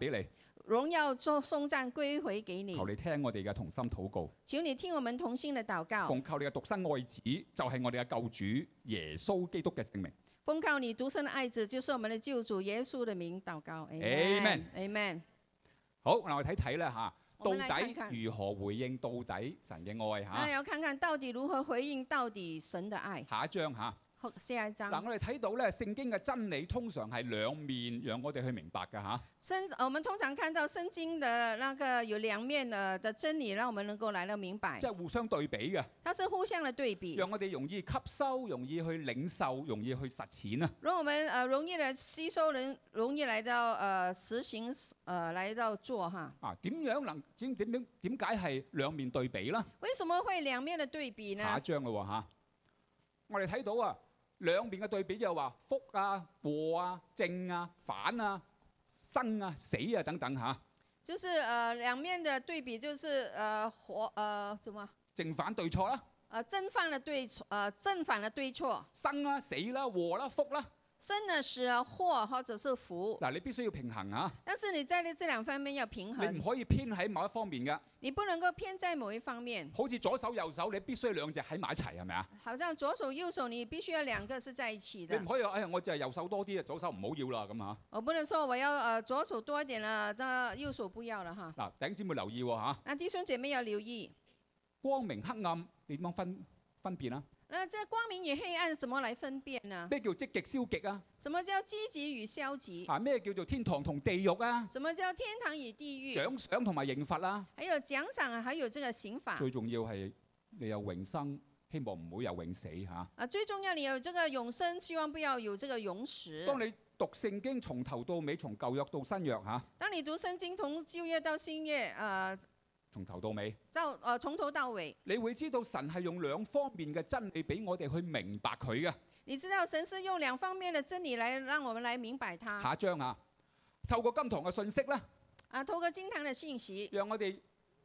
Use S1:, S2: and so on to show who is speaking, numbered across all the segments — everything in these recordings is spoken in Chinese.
S1: 俾你，
S2: 荣耀做颂赞归回给你
S1: 求。你聽我哋嘅同心禱告，
S2: 求你聽我們同心的禱告，
S1: 奉靠你嘅獨生愛子，就係我哋嘅救主耶穌基督嘅聖名。
S2: 奉靠你獨生的愛子，就是我們的救主耶穌的名禱告。
S1: Amen
S2: Amen。
S1: 好，嗱我哋睇睇咧吓，
S2: 我們來看
S1: 到
S2: 看
S1: 底如何回應到底神嘅愛
S2: 那
S1: 吓？
S2: 要看看到底如何回應到底神的愛。
S1: 下一章吓，
S2: 好下一
S1: 嗱
S2: 章，
S1: 我哋睇到咧聖經嘅真理通常係兩面，讓我哋去明白嘅吓。
S2: 聖我們通常看到聖經的那個有兩面的的真理，讓我們能夠來到明白
S1: 即，係互相對比嘅，
S2: 它是互相的對比，
S1: 讓我哋容易吸收、容易去領受、容易去實踐啊！
S2: 讓我們呃容易的吸收，人容易來到呃實行呃來到做哈。
S1: 啊，點樣能點點點點解係兩面對比啦？
S2: 為什麼會兩面的對比
S1: 下
S2: 呢
S1: 一？章嘞喎嚇，我哋睇到啊，兩面嘅對比就話福啊、禍啊、正啊、反啊、生啊、死啊等等嚇、
S2: 就是呃兩面的對比，就是呃活呃怎么
S1: 正反對錯啦，
S2: 呃正反的對錯呃正反的對錯，
S1: 生啦、死啦、禍啦、福啦，
S2: 生的是禍或者是福，
S1: 嗱你必須要平衡啊，
S2: 但是你在這兩方面要平
S1: 你
S2: 衡
S1: 唔，可以偏喺某一方面噶，
S2: 你不能夠偏在某一方面，
S1: 好似左手右手你必須兩隻喺埋一齊係咪 啊？
S2: 好像左手右手你必須要兩個是在一起
S1: 你
S2: 的
S1: 唔。可以話哎呀我就係右手多啲啊，左手唔好要啦咁嚇。
S2: 我不能說我要呃左手多一點了，那右手不要了哈。
S1: 嗱，頂姊妹留意喎、嚇，
S2: 那弟兄姐妹要留意，
S1: 光明黑暗你點樣分分辨啊？
S2: 那這光明與黑暗怎麼來分辨呢？
S1: 咩叫積極消極啊？
S2: 什麼叫積極與消極？
S1: 啊咩叫做天堂同地獄啊？
S2: 什麼叫天堂與地獄？
S1: 獎賞同埋刑罰啦、
S2: 還有獎賞，還有這個刑罰。
S1: 最重要係你有永生，希望唔會有永死嚇。
S2: 啊，最重要你有這個永生，希望不要有這個永死。
S1: 當你讀聖經從頭到尾，從舊約到新約嚇，
S2: 當你讀聖經從舊約到新約，呃，
S1: 從頭到尾，
S2: 到呃從頭到尾，
S1: 你會知道神係用兩方面嘅真理俾我哋去明白佢嘅。
S2: 你知道神是用兩方面的真理來讓我們來明白它。
S1: 下一章啊，透過金堂嘅信息啦，
S2: 啊，透過經堂的信息，
S1: 讓我哋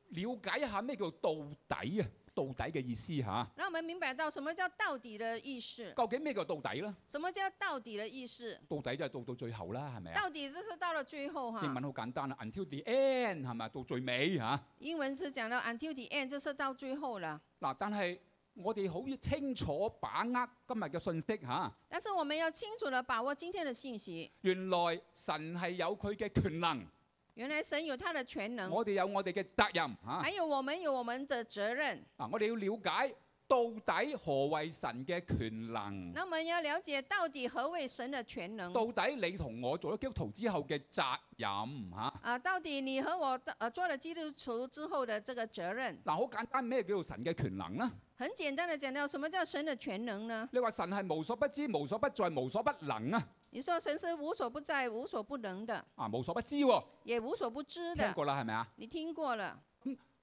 S1: 了解一下咩叫到底啊，到底嘅意思嚇。
S2: 讓我們明白到什麼叫到底的意思，
S1: 究竟咩叫到底呢？
S2: 什麼叫到底的意思。
S1: 到底就係到到最後啦，係咪啊？
S2: 到底就是到了最後哈，
S1: 英文好簡單啦，until the end 係咪啊？到最尾嚇。
S2: 英文是講到 until the end，就是到最後了。
S1: 嗱，但係我哋好清楚把握今日嘅信息嚇、
S2: 但是我們要清楚的把握今天的信息，
S1: 原來神係有佢嘅權能，
S2: 原來神有他的全能，
S1: 我哋有我哋嘅責任嚇。啊
S2: 還有我們有我們的責任。
S1: 我哋要了解到底何謂神嘅權能，
S2: 那我们要了解到底何谓神的全能
S1: 到底你同我做咗基督徒之後嘅責任嚇。啊
S2: 啊？到底你和我呃做了基督徒之后的这个责任，
S1: 嗱，好簡單，咩叫做神嘅權能呢？
S2: 很简單的講到什么叫神的全能呢？
S1: 你話神係無所不知、無所不在、無所不能啊！
S2: 你说神是無所不在、無所不能的，
S1: 啊，無所不知喎、
S2: 也無所不知
S1: 聽
S2: 的。
S1: 過啦係咪啊？
S2: 你聽過了，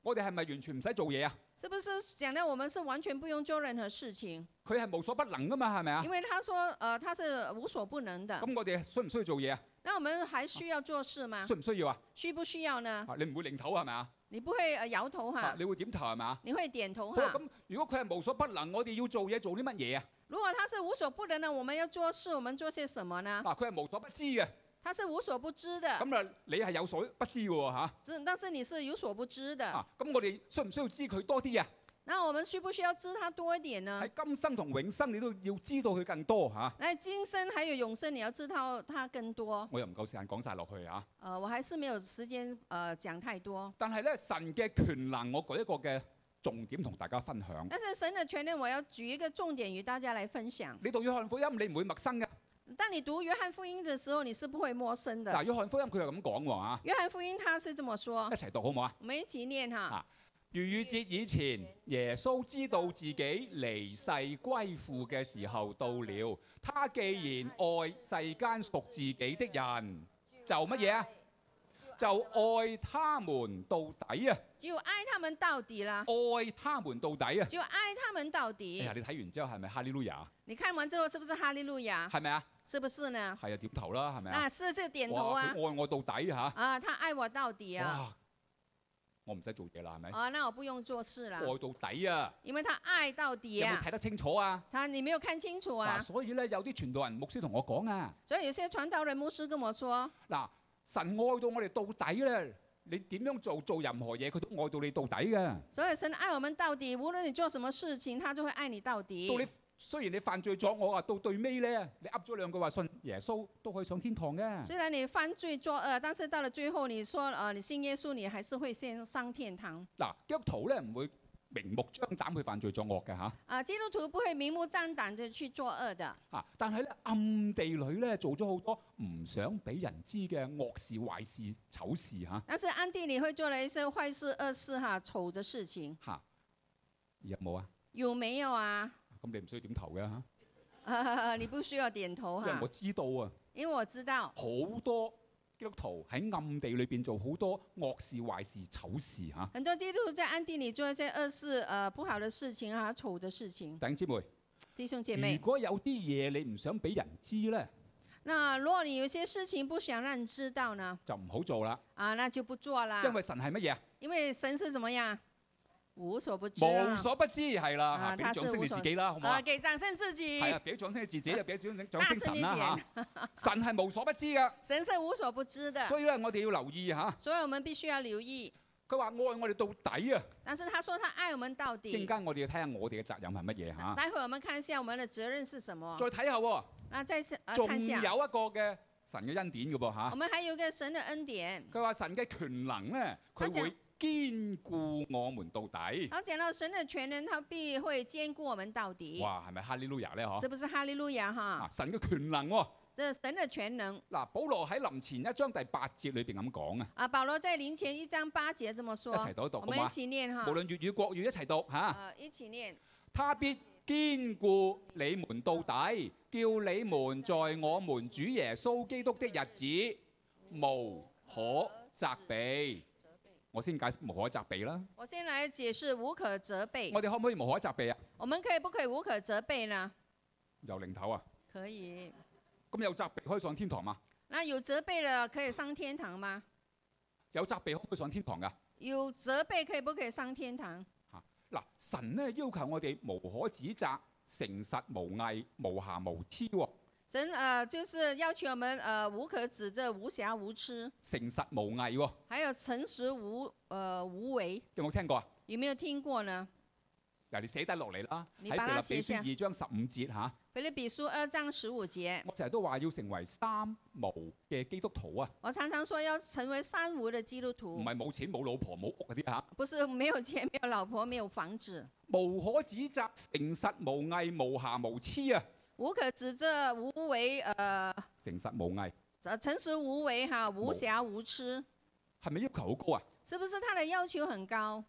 S1: 我哋係咪完全唔使做嘢啊？
S2: 是不是講到我們是完全不用做任何事情？
S1: 佢係無所不能噶嘛，係咪啊
S2: 因？為他說呃他是無所不能的，
S1: 咁我哋需唔需要做嘢啊？
S2: 那我們還需要做事嗎？
S1: 需唔需要啊？
S2: 需不需要呢？
S1: 啊你唔會擰頭係咪啊？
S2: 你不會呃搖頭
S1: 啊
S2: 哈，
S1: 你會點頭係咪啊？
S2: 你會點頭
S1: 好啊
S2: 哈。
S1: 咁如果佢係無所不能，我哋要做嘢做啲乜嘢啊？
S2: 如果他是無所不能的，我們要做事，我們做些什麼呢？
S1: 嗱，佢係無所不知嘅，
S2: 他是無所不知的。
S1: 咁啊，你係有所不知嘅喎嚇。
S2: 只但是你是有所不知的。
S1: 啊，咁我哋需唔需要知佢多啲啊？
S2: 那我們需不需要知他多一點呢？
S1: 喺今生同永生，你都要知道佢更多嚇。
S2: 那今生還有永生，你要知道他更多。
S1: 我又唔夠時間講晒落去嚇。
S2: 呃，我還是沒有時間呃講太多。
S1: 但係咧，神嘅權能，我舉一個嘅重點同大家分享。
S2: 但是神的全能，我要舉一個重點與大家來分享。
S1: 你讀約翰福音，你唔會陌生嘅。
S2: 當你讀約翰福音的時候，你是不會陌生
S1: 嗱，
S2: 的。
S1: 約翰福音佢係咁講喎
S2: 約翰福音他是這麼
S1: 嚇，
S2: 說
S1: 一，齊讀好唔好啊？
S2: 我們一起念哈。
S1: 逾越節以前，耶穌知道自己離世歸父嘅時候到了。他既然愛世間屬自己的人，就乜嘢啊？就愛他們到底啊！
S2: 就愛他們到底啦，
S1: 愛他們到底啊！
S2: 就愛他們到
S1: 哎
S2: 底
S1: 呀，。你睇完之後係咪哈利路亞？
S2: 你看完之後是不是哈利路亞？
S1: 係咪啊？
S2: 是不是呢？
S1: 係啊，點頭啦，係咪啊？
S2: 那是這點頭
S1: 哇！
S2: 啊
S1: 佢愛我到底嚇！
S2: 啊，他愛我到底啊。
S1: 哇！我唔使做嘢啦，係咪？
S2: 啊，那我不用做事了，
S1: 愛到底啊！
S2: 因為他愛到底
S1: 有冇
S2: 啊。
S1: 睇得清楚啊？
S2: 他你没有看清楚
S1: 嗱，
S2: 啊，
S1: 所以咧有啲傳道人牧師同我講啊。
S2: 所以有些傳道人牧師跟我說，
S1: 嗱，神愛到我哋到底咧，你點樣做做任何嘢，佢都愛到你到底嘅。到
S2: 所以神爱我们到底，无论你做什么事情，他就会爱你到底。
S1: 你雖然你犯罪作惡啊，到最尾咧，你噏咗兩句話信耶穌都可以上天堂嘅。
S2: 虽然你犯罪作恶，但是到了最后，你说呃，你信耶稣，你还是会先上天堂。
S1: 嗱，基督徒咧唔會明目張膽去犯罪作惡嘅嚇
S2: 啊、基督徒不会明目張胆的去作恶的，
S1: 嚇，但係咧暗地裏咧做咗好多唔想俾人知嘅惡事、壞事、醜事嚇
S2: 但是暗地里会做了一些坏事、恶事哈、丑的事情，
S1: 嚇，有冇啊？
S2: 有没有啊？
S1: 咁你唔需要點頭嘅嚇，
S2: 你不需要點頭
S1: 因為
S2: 哈
S1: 我，知道啊。
S2: 因為我知道
S1: 好多基督徒喺暗地裏邊做好多惡事、壞事、醜事嚇。
S2: 很多基督徒在暗地里做一些恶事、呃不好的事情啊、丑的事情。
S1: 弟兄姊妹，
S2: 弟兄姐
S1: 如
S2: 妹，
S1: 果有啲嘢你唔想俾人知呢，
S2: 那如果你有些事情不想让人知道呢，
S1: 就唔好做啦，
S2: 啊，那就不做啦，
S1: 因為神係乜嘢啊？
S2: 因為神是怎么樣，無所不知
S1: 無
S2: 啊，
S1: 所不知係啦，
S2: 啊
S1: 嚇俾
S2: 他
S1: 啲
S2: 是
S1: 掌聲你
S2: 無所
S1: 自己啦，好唔好
S2: 啊，
S1: 啊？
S2: 给掌聲自己，
S1: 係啊，俾啲掌聲你自己，又俾啲掌聲掌
S2: 大
S1: 聲
S2: 聲一
S1: 神
S2: 點
S1: 啦嚇。神係無所不知噶，
S2: 神是無所不知的，
S1: 所以咧我哋要留意嚇。
S2: 所以我們必須要留意。
S1: 佢話愛我哋到底啊，
S2: 但是他說他愛我們到
S1: 陣
S2: 底，
S1: 間我哋要睇下我哋嘅責任係乜嘢嚇。
S2: 待會我們看一下我們的責任是什麼
S1: 再。睇下喎，
S2: 那再下、呃、
S1: 仲
S2: 看一
S1: 有一
S2: 哦啊下。哦
S1: 個嘅神嘅恩典嘅噃嚇
S2: 我。们还有一个神的恩典。
S1: 佢話神嘅權能咧，
S2: 他
S1: 佢
S2: 講
S1: 會堅固我們到底。
S2: 然后讲到神的全能，他必会兼顾我们到底，
S1: 哇，係咪哈利路亞咧？嗬
S2: 是，不是哈利路亚
S1: 啊
S2: 哈？
S1: 神嘅權能喎、
S2: 这神的全能
S1: 嗱，保羅喺臨前一章第八節裏邊咁講啊，
S2: 啊！保罗在临前一章八节这么
S1: 一
S2: 说，
S1: 齊讀一讀
S2: 啊
S1: 好
S2: 我们一
S1: 嘛？
S2: 起念哈
S1: 無，論粵語國語一齊讀嚇。
S2: 呃，一起念。
S1: 他必堅固你們到底，叫你們在我們主耶穌基督的日子無可責備。我先解釋無可責備啦。
S2: 我先来解释无可责备，
S1: 我哋可唔可以無可責備啊？
S2: 我们可以不可以无可责备呢？
S1: 由零頭啊，
S2: 可以。
S1: 咁有責備可以上天堂嘛？
S2: 那有责备了可以上天堂吗？
S1: 有責備可唔可以上天堂㗎？
S2: 有责备可以不可以上天堂？
S1: 嗱，神咧要求我哋無可指責、誠實無偽、無瑕無疵喎、
S2: 神呃就是要求我们呃无可指责、无瑕无疵，
S1: 誠實無偽喎、
S2: 还有诚实无呃无为。
S1: 有冇聽過啊？
S2: 有没有听过呢？
S1: 嗱，你寫低落嚟啦，
S2: 你
S1: 喺
S2: 把它
S1: 腓立比
S2: 寫下
S1: 書二章十五節嚇，
S2: 腓立比书二章十五节，
S1: 我成日都話要成為三無嘅基督徒啊，
S2: 我常常说要成为三无的基督
S1: 唔
S2: 徒，
S1: 係冇錢、冇老婆、冇屋嗰啲嚇，
S2: 不是没有钱、没有老婆、没有房子，
S1: 無可指責、誠實無偽、無瑕無疵啊，
S2: 无可指责、无为呃
S1: 誠實無偽
S2: 呃诚实无为哈，无瑕无疵，
S1: 係咪要求好高啊？
S2: 是不是他的要求很高？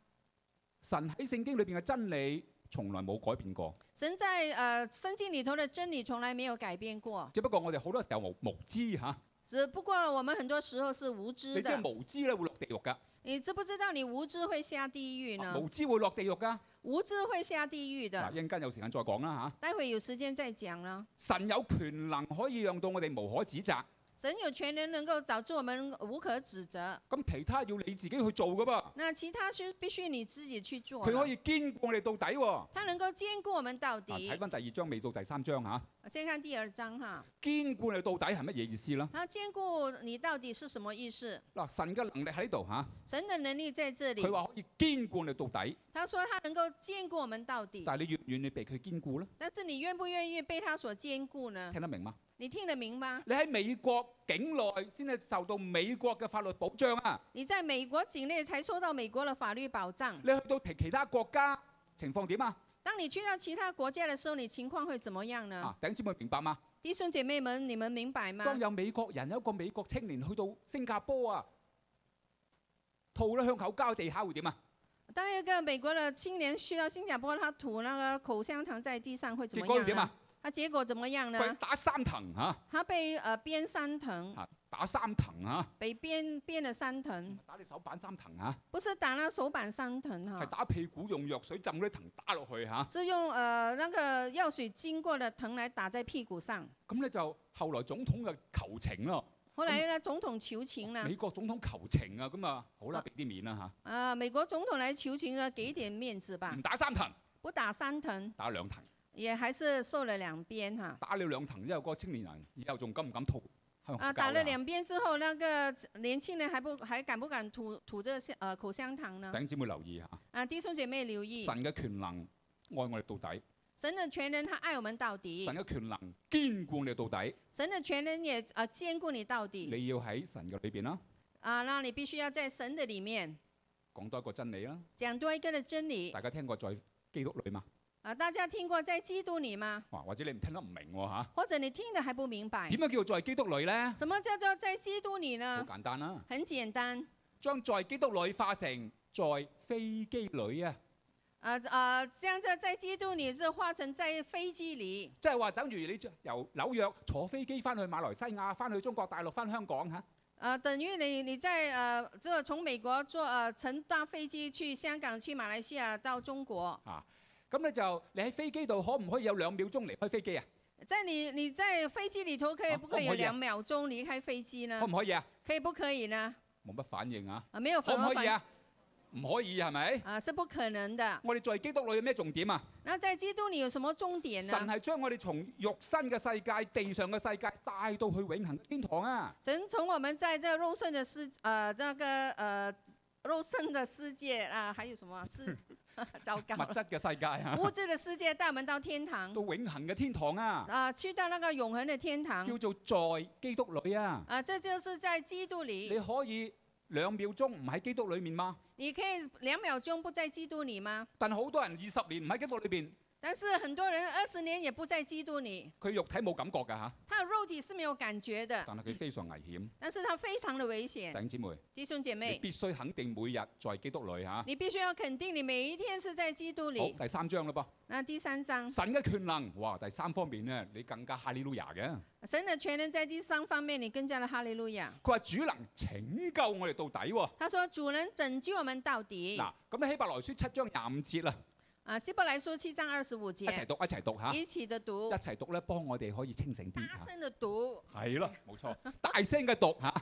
S1: 神喺聖經裏邊嘅真理從來冇改變過，
S2: 神在呃圣经里头的真理从来没有改变过，
S1: 只不過我哋好多時候無無知嚇，
S2: 只不过我们很多时候是无知
S1: 你知道
S2: 的。
S1: 無知咧會落地獄㗎。
S2: 你知不知道你无知会下地狱呢？
S1: 無知會落地獄㗎。
S2: 无知会下地狱
S1: 嗱，
S2: 的，
S1: 一陣間有時間再講啦
S2: 待会有时间再講啦。
S1: 嚇。神有權能可以讓到我哋無可指責，
S2: 神有全能，能够导致我们无可指责。
S1: 咁其他要你自己去做噶噃。
S2: 那其他是必须你自己去做
S1: 佢可
S2: 了。
S1: 以堅固我哋到底喎。
S2: 他能够兼顾我们到
S1: 嗱，睇
S2: 底。
S1: 翻第二章未到第三章嚇，
S2: 我先看第二章哈，
S1: 堅固你到底係乜嘢意思啦？
S2: 他兼顾你到底是什么意思？
S1: 嗱，神嘅能力喺度嚇，
S2: 神的能力在这里
S1: 佢。話可以堅固你到底，
S2: 他说他能够兼顾我们到底，
S1: 但係你願唔願意被佢堅固咧？
S2: 但是你愿不愿意被他所兼顾呢？
S1: 聽得明嗎？
S2: 你听得明吗？
S1: 你喺美國境內先係受到美國嘅法律保障啊！
S2: 你在美国境内才受到美国的法律保障，
S1: 你去到其其他國家情況點啊？
S2: 当你去到其他国家的时候，你情况会怎么样呢？
S1: 啊，弟兄姊妹明白嗎？
S2: 弟兄姐妹们，你们明白
S1: 當
S2: 吗？
S1: 有美國人有一個美國青年去到新加坡啊，吐咗香口膠地下會點啊？
S2: 当一个美国的青年去到新加坡，他吐那个口香糖在地上会怎
S1: 結
S2: 么
S1: 果
S2: 样
S1: 會點
S2: 呢？
S1: 啊？
S2: 他结果怎么样
S1: 佢
S2: 呢？
S1: 打三藤嚇、
S2: 他被呃鞭三藤，
S1: 啊打三藤嚇、
S2: 被鞭鞭了三藤，
S1: 打你手板三藤嚇，係、
S2: 不是打那手板三藤哈，
S1: 打屁股用藥水浸嗰啲藤打落去嚇。啊
S2: 是用呃那个药水经过的藤来打在屁股上。
S1: 咁咧就後來總統就求情咯，
S2: 后来呢，總統求情呢，
S1: 嗯美國總統求情啊，咁啊好啦，
S2: 啊
S1: 俾啲面啦
S2: 啊，美國總統來求情呢，给点面子
S1: 嚇，
S2: 吧
S1: 唔，打三藤，
S2: 不打三藤，
S1: 打兩藤，
S2: 也还是受了两鞭哈。
S1: 打了兩藤之後，嗰個青年人以後仲敢唔敢吐向
S2: 啊，
S1: 佛
S2: 打
S1: 教
S2: 了
S1: 啦。
S2: 两遍之后，那个年轻人还不还敢不敢吐吐这个香呃口香糖呢
S1: 弟？兄姊妹留意下，
S2: 啊，弟兄姐妹留意，
S1: 神嘅權能愛我哋到底，
S2: 神的全能他愛我们到底
S1: 神，嘅權能堅固你到底，
S2: 神的全能也呃兼顾你到底
S1: 你要喺神嘅裏邊啦。
S2: 啊，那你必须要在神的里面
S1: 講多一個真理啦，
S2: 讲多一个的真理
S1: 大家聽過在基督裏嘛？
S2: 啊。大家聽過在基督里吗？
S1: 哇，或者你唔聽得唔明喎嚇？
S2: 或者你聽的还不明白
S1: 點，樣叫做在基督裏呢？
S2: 什么叫做在基督里
S1: 好
S2: 呢？
S1: 簡單啦，
S2: 很簡單，
S1: 將在基督裏化成在飛機裏啊，
S2: 呃呃，这样子在基督里是化成在飞机里，
S1: 即係話等於你由紐約坐飛機翻去馬來西亞、翻去中國大陸、翻香港嚇，
S2: 呃，等于你你在呃这个从美国坐呃乘搭飞机去香港、去马来西亚到中国，
S1: 咁你就你喺飛機度可唔可以有兩秒鐘離開飛機啊？
S2: 在你你在飞机里头可以
S1: 啊
S2: 不可以
S1: 可不可以啊
S2: 有两秒钟离開飛機呢
S1: 可？唔可以啊？
S2: 可以不可以呢？
S1: 冇乜反應啊？
S2: 啊，沒有
S1: 可
S2: 反
S1: 唔可以
S2: 反
S1: 啊？唔可以係咪？
S2: 啊是不可能的。
S1: 我哋在基督裏有咩重點啊？
S2: 那在基督里有什么重點
S1: 神
S2: 呢？
S1: 係將我哋從肉身嘅世界、地上嘅世界帶到去永恆嘅天堂啊！
S2: 神从我们在这肉身的世呃这个呃肉身的世界啊，还有什么啊是 糟
S1: 物
S2: 糕了，
S1: 質嘅世界啊，
S2: 物质的世界带我们到天堂
S1: 到永恆嘅天堂啊，
S2: 啊，去到那个永恒的天堂
S1: 叫做在基督裏啊！
S2: 啊，这就是在基督
S1: 你
S2: 里。
S1: 可以兩秒鐘唔喺基督裏面嘛？
S2: 你可以两秒钟不在基督里吗？
S1: 但好多人二十年唔喺基督裏邊，
S2: 但是很多人二十年也不在基督里，
S1: 佢肉體冇感覺㗎嚇，
S2: 他的肉体是没有感觉的，
S1: 但係佢非常危險。
S2: 但是他非常的危险
S1: 弟。兄姊妹，
S2: 弟兄姐
S1: 你
S2: 妹，
S1: 必須肯定每日在基督裏嚇。
S2: 你必须要肯定，你每一天是在基督
S1: 好，
S2: 里。
S1: 第三章啦噃，
S2: 那第三章，
S1: 神嘅權能，哇！第三方面咧，你更加哈利路亞嘅。
S2: 神的全能在第三方面，你更加的哈利路亚。
S1: 佢話主能拯救我哋到底喎。
S2: 他说：“主人拯救我们到底。
S1: 嗱，咁咧希伯來書七章廿五節啦，
S2: 啊，希伯来书七章二十五
S1: 一
S2: 节，
S1: 齊讀一齊讀吓，一
S2: 一起的读，
S1: 齊讀咧，幫我哋可以清醒啲
S2: 大
S1: 嚇。
S2: 声的读，
S1: 係啦，冇錯，大聲嘅讀 吓。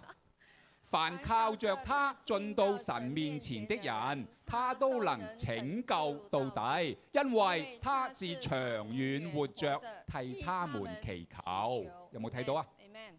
S1: 凡靠着他進到神面前的人，他都能拯救到底，因為他是長遠活着，替他們祈求。有冇睇到啊？
S2: ？Amen,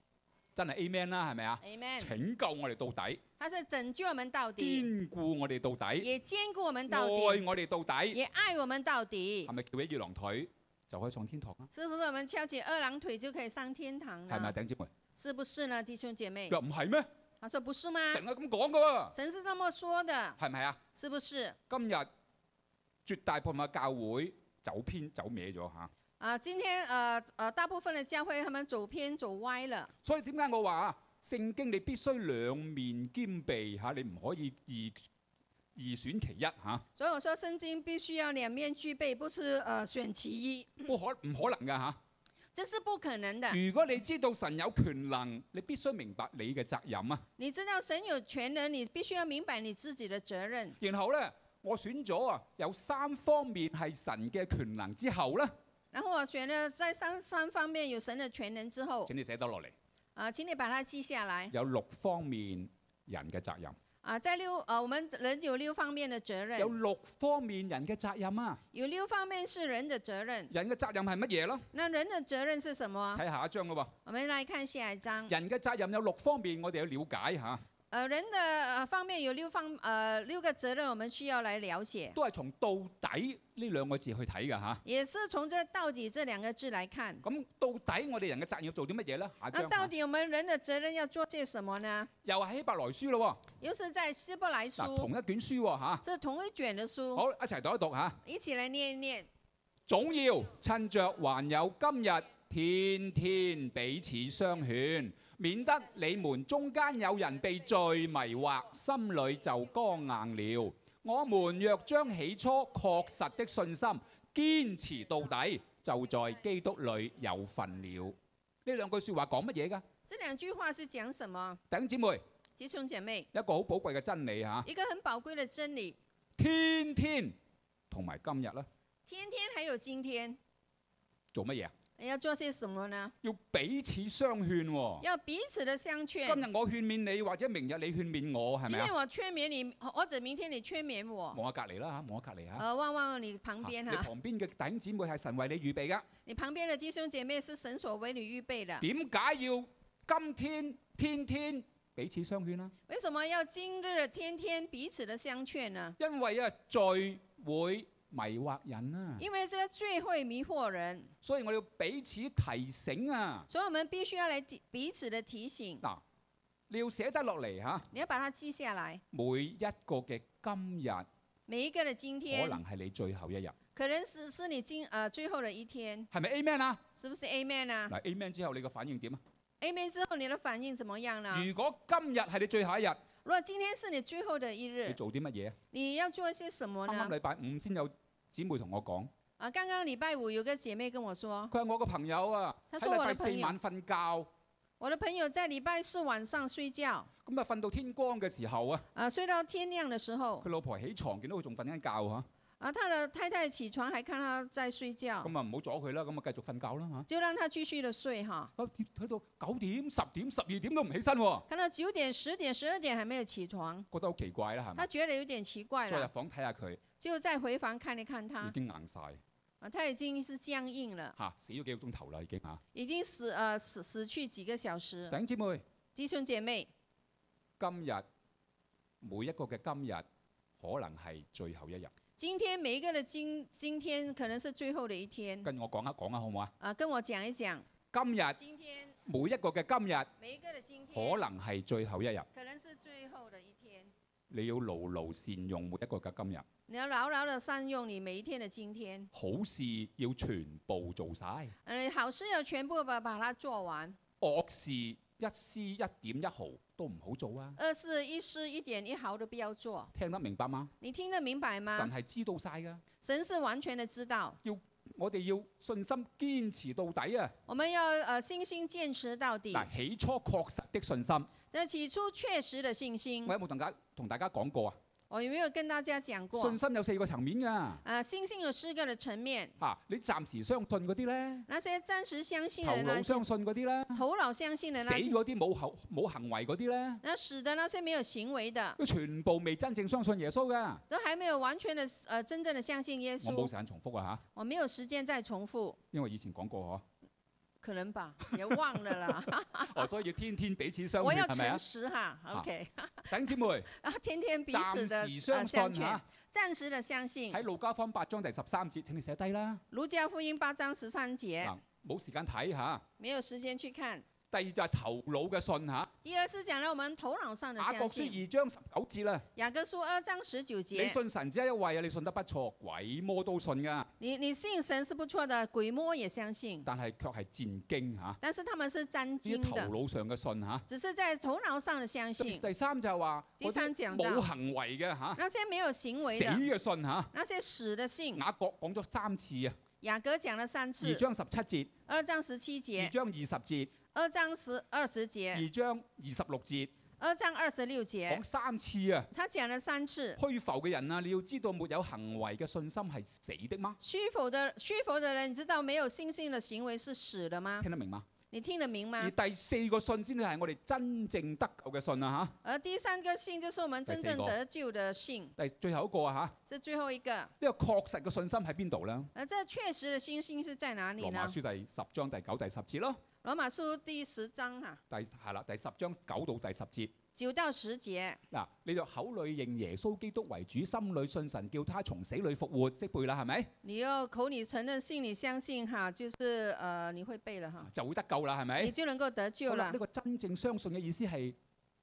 S1: 真係 Amen 啦，係咪啊？
S2: Amen。
S1: 拯救我哋到底，
S2: 他是拯救我们到底，
S1: 堅固我哋到底，
S2: 也兼顾我们
S1: 愛
S2: 到底，
S1: 我哋到底，
S2: 也爱我们到底
S1: 係。咪叫起月郎腿就可以上天堂啊？
S2: 是不是我们翘起二郎腿就可以上天堂
S1: 係咪啊，
S2: 呢？
S1: 頂姐妹？
S2: 是不是呢，弟兄姐妹
S1: 佢？話唔係咩？
S2: 他说：“不是吗？
S1: 成日咁講噶喎。
S2: 神是这么说的，
S1: 係咪啊？
S2: 是不是？”
S1: 今日絕大部分嘅教會走偏走歪咗嚇，
S2: 啊，今天呃呃，大部分的教会他们走偏走歪了，
S1: 所以點解我話啊？聖經你必須兩面兼備嚇，你唔可以二二選其一嚇，
S2: 所以我说圣经必须要两面俱备，不是呃选其一，
S1: 冇可唔可能㗎嚇。
S2: 这是不可能的。
S1: 如果你知道神有權能，你必須明白你嘅責任啊。
S2: 你知道神有全能，你必须要明白你自己的责任。
S1: 然後呢，我選咗啊有三方面係神嘅權能之後呢，
S2: 然后我选了在三三方面有神的全能之后，
S1: 請你寫得落嚟，
S2: 啊、请你把它记下来。
S1: 有六方面人嘅責任，
S2: 啊、在六呃，我们人有六方面的责任
S1: 有，六方面人嘅責任啊。
S2: 有六方面是人的责任。
S1: 人嘅責任係乜嘢咯？
S2: 那人的责任是什么？
S1: 睇下一章咯
S2: 我们来看下一章
S1: 喎，。人嘅責任有六方面，我哋要了解嚇，
S2: 呃，人的呃方面有六方呃六个责任，我们需要来了解，
S1: 都係從到底呢兩個字去睇嘅嚇。
S2: 也是从这到底这两个字来看。
S1: 咁到底我哋人嘅責任要做啲乜嘢呢？下一
S2: 那
S1: 章
S2: 啊到
S1: 嚇
S2: 底我们人的责任要做些什么呢？
S1: 又係希伯來書咯
S2: 又是在希伯来
S1: 喎，嗱同
S2: 书，
S1: 一卷書喎嚇。
S2: 是同一卷的书，
S1: 好，一齊讀一讀嚇。
S2: 一起来念一念。
S1: 總要趁着還有今日，天天彼此相勸，免得你們中間有人被罪迷惑，心裏就剛硬了。我們若將起初確實的信心堅持到底，就在基督裏有份了。呢兩句説話講乜嘢㗎？
S2: 这两句话是讲什么？
S1: 弟兄姊妹，
S2: 弟兄姐妹，
S1: 一個好寶貴嘅真理嚇，
S2: 一个很宝贵的真理，
S1: 天天同埋今日啦，
S2: 天天还有今天
S1: 做乜嘢啊？
S2: 要做些什么呢？
S1: 要彼此相勸喎、
S2: 要彼此的相劝
S1: 今。日我勸勉你，或者明日你勸勉我，係
S2: 今
S1: 咪啊
S2: 天？我劝勉你，或者明天你劝勉我。
S1: 望下隔離啦嚇，望下隔離嚇。
S2: 呃，望望你旁
S1: 嚇
S2: 边
S1: 啊你
S2: 哈。
S1: 旁邊嘅弟兄姊妹係神為你預備噶，Dạ.
S2: 你旁边的弟兄姐妹是神所为你预备的，
S1: 點解要今天天天彼此相勸啦。
S2: 为什么要今日天天彼此的相劝呢？
S1: 因為啊罪會迷惑人啊，
S2: 因为这个罪会迷惑人，
S1: 所以我哋要彼此提醒啊。
S2: 所以我们必须要来提彼此的提醒。
S1: 嗱，你要寫得落嚟吓，
S2: 你要把它记下来，
S1: 每一個嘅今日
S2: 每一個的今
S1: 可
S2: 天，
S1: 能係你最後一日，
S2: 可能是是你今呃最后的一天，
S1: 係咪 Amen 啊？
S2: 是不是？Amen 啊
S1: 嗱，Amen 之後你嘅反應點啊？
S2: ，Amen 之后你的反应怎么样呢？
S1: 如果今日係你最後一日，
S2: 如果今天是你最后的
S1: 你
S2: 一日，
S1: 做啲乜嘢啊？
S2: 你要做些什么
S1: 啱啱
S2: 呢？
S1: 禮拜五先有姊妹同我講，
S2: 啊，剛剛禮拜五有個姐妹跟我說，
S1: 佢話我個朋友啊，喺
S2: 他做我
S1: 禮
S2: 嘅
S1: 拜四
S2: 朋友
S1: 晚瞓覺，
S2: 我的朋友在禮拜四晚上睡覺，啊、
S1: 咁啊瞓到天光嘅時候啊，
S2: 睡到天亮的時候，
S1: 佢老婆起床見到佢仲瞓緊覺嚇，
S2: 啊，他的太太起床還看他在睡覺，
S1: 咁啊唔好阻佢啦，咁啊繼續瞓覺啦嚇。
S2: 就讓他繼續的睡哈。
S1: 啊睇到九點、十點、十二點都唔起身喎，
S2: 看到九點、十點、十二點還沒有起床，
S1: 覺得好奇怪啦，係
S2: 他
S1: 咪？
S2: 覺得有點奇怪
S1: 再入
S2: 了，
S1: 房睇啊下佢，
S2: 就再回房看一看他
S1: 已。經硬晒
S2: 啊，他已經是僵硬了，
S1: 嚇，死咗幾個鐘頭啦已經嚇。
S2: 已經死呃死死去幾個小
S1: 弟
S2: 時。
S1: 兄姊妹，
S2: 弟兄姐妹，
S1: 今日每一個嘅今日，可能係最後一日。
S2: 今天每一個的今今天可能是最後的一天
S1: 跟我講一講啊，好唔好啊？
S2: 啊，跟我講一講，
S1: 今日
S2: 今天
S1: 每一個嘅今日，
S2: 每一個的今
S1: 可
S2: 天
S1: 能係最後一日。
S2: 可能是最後的一天，
S1: 你要牢牢善用每一個嘅今日，
S2: 你要牢牢的善用你每一天的今天，
S1: 好事要全部做晒，
S2: 呃，好事要全部把把它做完，
S1: 惡事一絲一點一毫都唔好做啊！
S2: 二是一絲一點一毫都不要做。
S1: 聽得明白嗎？
S2: 你聽得明白
S1: 神
S2: 嗎？
S1: 係知道晒㗎，
S2: 神是完全的知道，
S1: 我哋要信心堅持到底啊！
S2: 我們要呃信心堅持到底。
S1: 嗱，起初確實的信心，
S2: 那起初確實的信心
S1: 我，有冇同大家同大家講過啊？
S2: 我有沒有跟大家講過
S1: 信？心有四個層面㗎。
S2: 啊，信心有四個的層面，
S1: 啊！你暫時相信嗰啲咧，
S2: 那些暫時相信
S1: 頭
S2: 的那
S1: 腦
S2: 些，
S1: 相信嗰啲咧，
S2: 頭腦相信的
S1: 死
S2: 那些，
S1: 嗰啲冇行冇行為嗰啲咧，
S2: 那死的那些沒有行為的，
S1: 佢全部未真正相信耶穌㗎。
S2: 都還沒有完全的呃真正的相信耶
S1: 我冇
S2: 穌。
S1: 時間重複啊
S2: 我沒有時間再重複，
S1: 嚇，因為以前講過 嗬。
S2: 可 能吧，也忘了啦。
S1: 哦，所以要天天彼此相
S2: 我
S1: 勸
S2: 要
S1: 係咪啊
S2: 誠？實哈，OK，
S1: 頂姊妹，
S2: 啊，天天彼此的
S1: 暫時相
S2: 呃相
S1: 信啊
S2: 勸
S1: 嚇，，
S2: 暫時的相信。
S1: 喺路加福音八章第十三節，請你寫低啦。
S2: 儒家福音八章十三節，
S1: 嗱，冇時間睇嚇。
S2: 沒有時間去看。
S1: 第二就係頭腦嘅信嚇，
S2: 第二是講到我們頭腦上的
S1: 雅各
S2: 相信。
S1: 書二章十九節啦。
S2: 雅各書二章十九
S1: 你
S2: 節，
S1: 信神只有一位啊，你信得不錯，鬼魔都信㗎，
S2: 你你信神是不錯的，鬼魔也相信，
S1: 但係卻係戰驚嚇。呢
S2: 但是他們是沾
S1: 啲
S2: 經
S1: 頭
S2: 的，
S1: 腦上嘅信嚇。
S2: 只是在頭腦上的相
S1: 第
S2: 信。
S1: 第三就係話
S2: 第
S1: 嗰
S2: 三
S1: 啲
S2: 講
S1: 冇
S2: 到
S1: 行為嘅嚇，
S2: 那些沒有行為
S1: 死
S2: 的，
S1: 嘅信嚇。
S2: 那些死的信。
S1: 雅各講咗三次啊，
S2: 雅各講了三
S1: 二
S2: 次，
S1: 章十七
S2: 二章十七
S1: 節，二
S2: 節，
S1: 章二十節，
S2: 二章十二十節，
S1: 二章二十六節，
S2: 二章二十六節
S1: 講，三次啊。
S2: 他講了三次。
S1: 虛浮嘅人啊，你要知道沒有行為嘅信心係死的嗎？
S2: 虛浮的虛浮的人，你知道沒有信心的行為是死的嗎？
S1: 聽得明嗎？
S2: 你聽得明
S1: 而
S2: 嗎？
S1: 第四個信先至係我哋真正得救嘅信啊
S2: 而第三個信就是我們真正
S1: 第四個
S2: 得救的信，
S1: 嚇。第最後一個啊
S2: 是最後一個。
S1: 嚇，呢個確實嘅信心喺邊度呢？
S2: 而這確實的信心是在哪裡
S1: 羅
S2: 呢
S1: 馬？書第十章第九、第十節咯，
S2: 羅馬書第十章哈、
S1: 第係啦，第十章九到第十節。
S2: 九到十節，
S1: 嗱，你就口裏認耶穌基督為主，心裏信神叫他從死裏復活，識背啦，係咪？
S2: 你要口裡承認，心裡相信哈，就是呃你會背了哈，
S1: 就會得救啦，係咪
S2: 你？就能夠得救
S1: 哎好啦
S2: 了
S1: 呢。個真正相信嘅意思係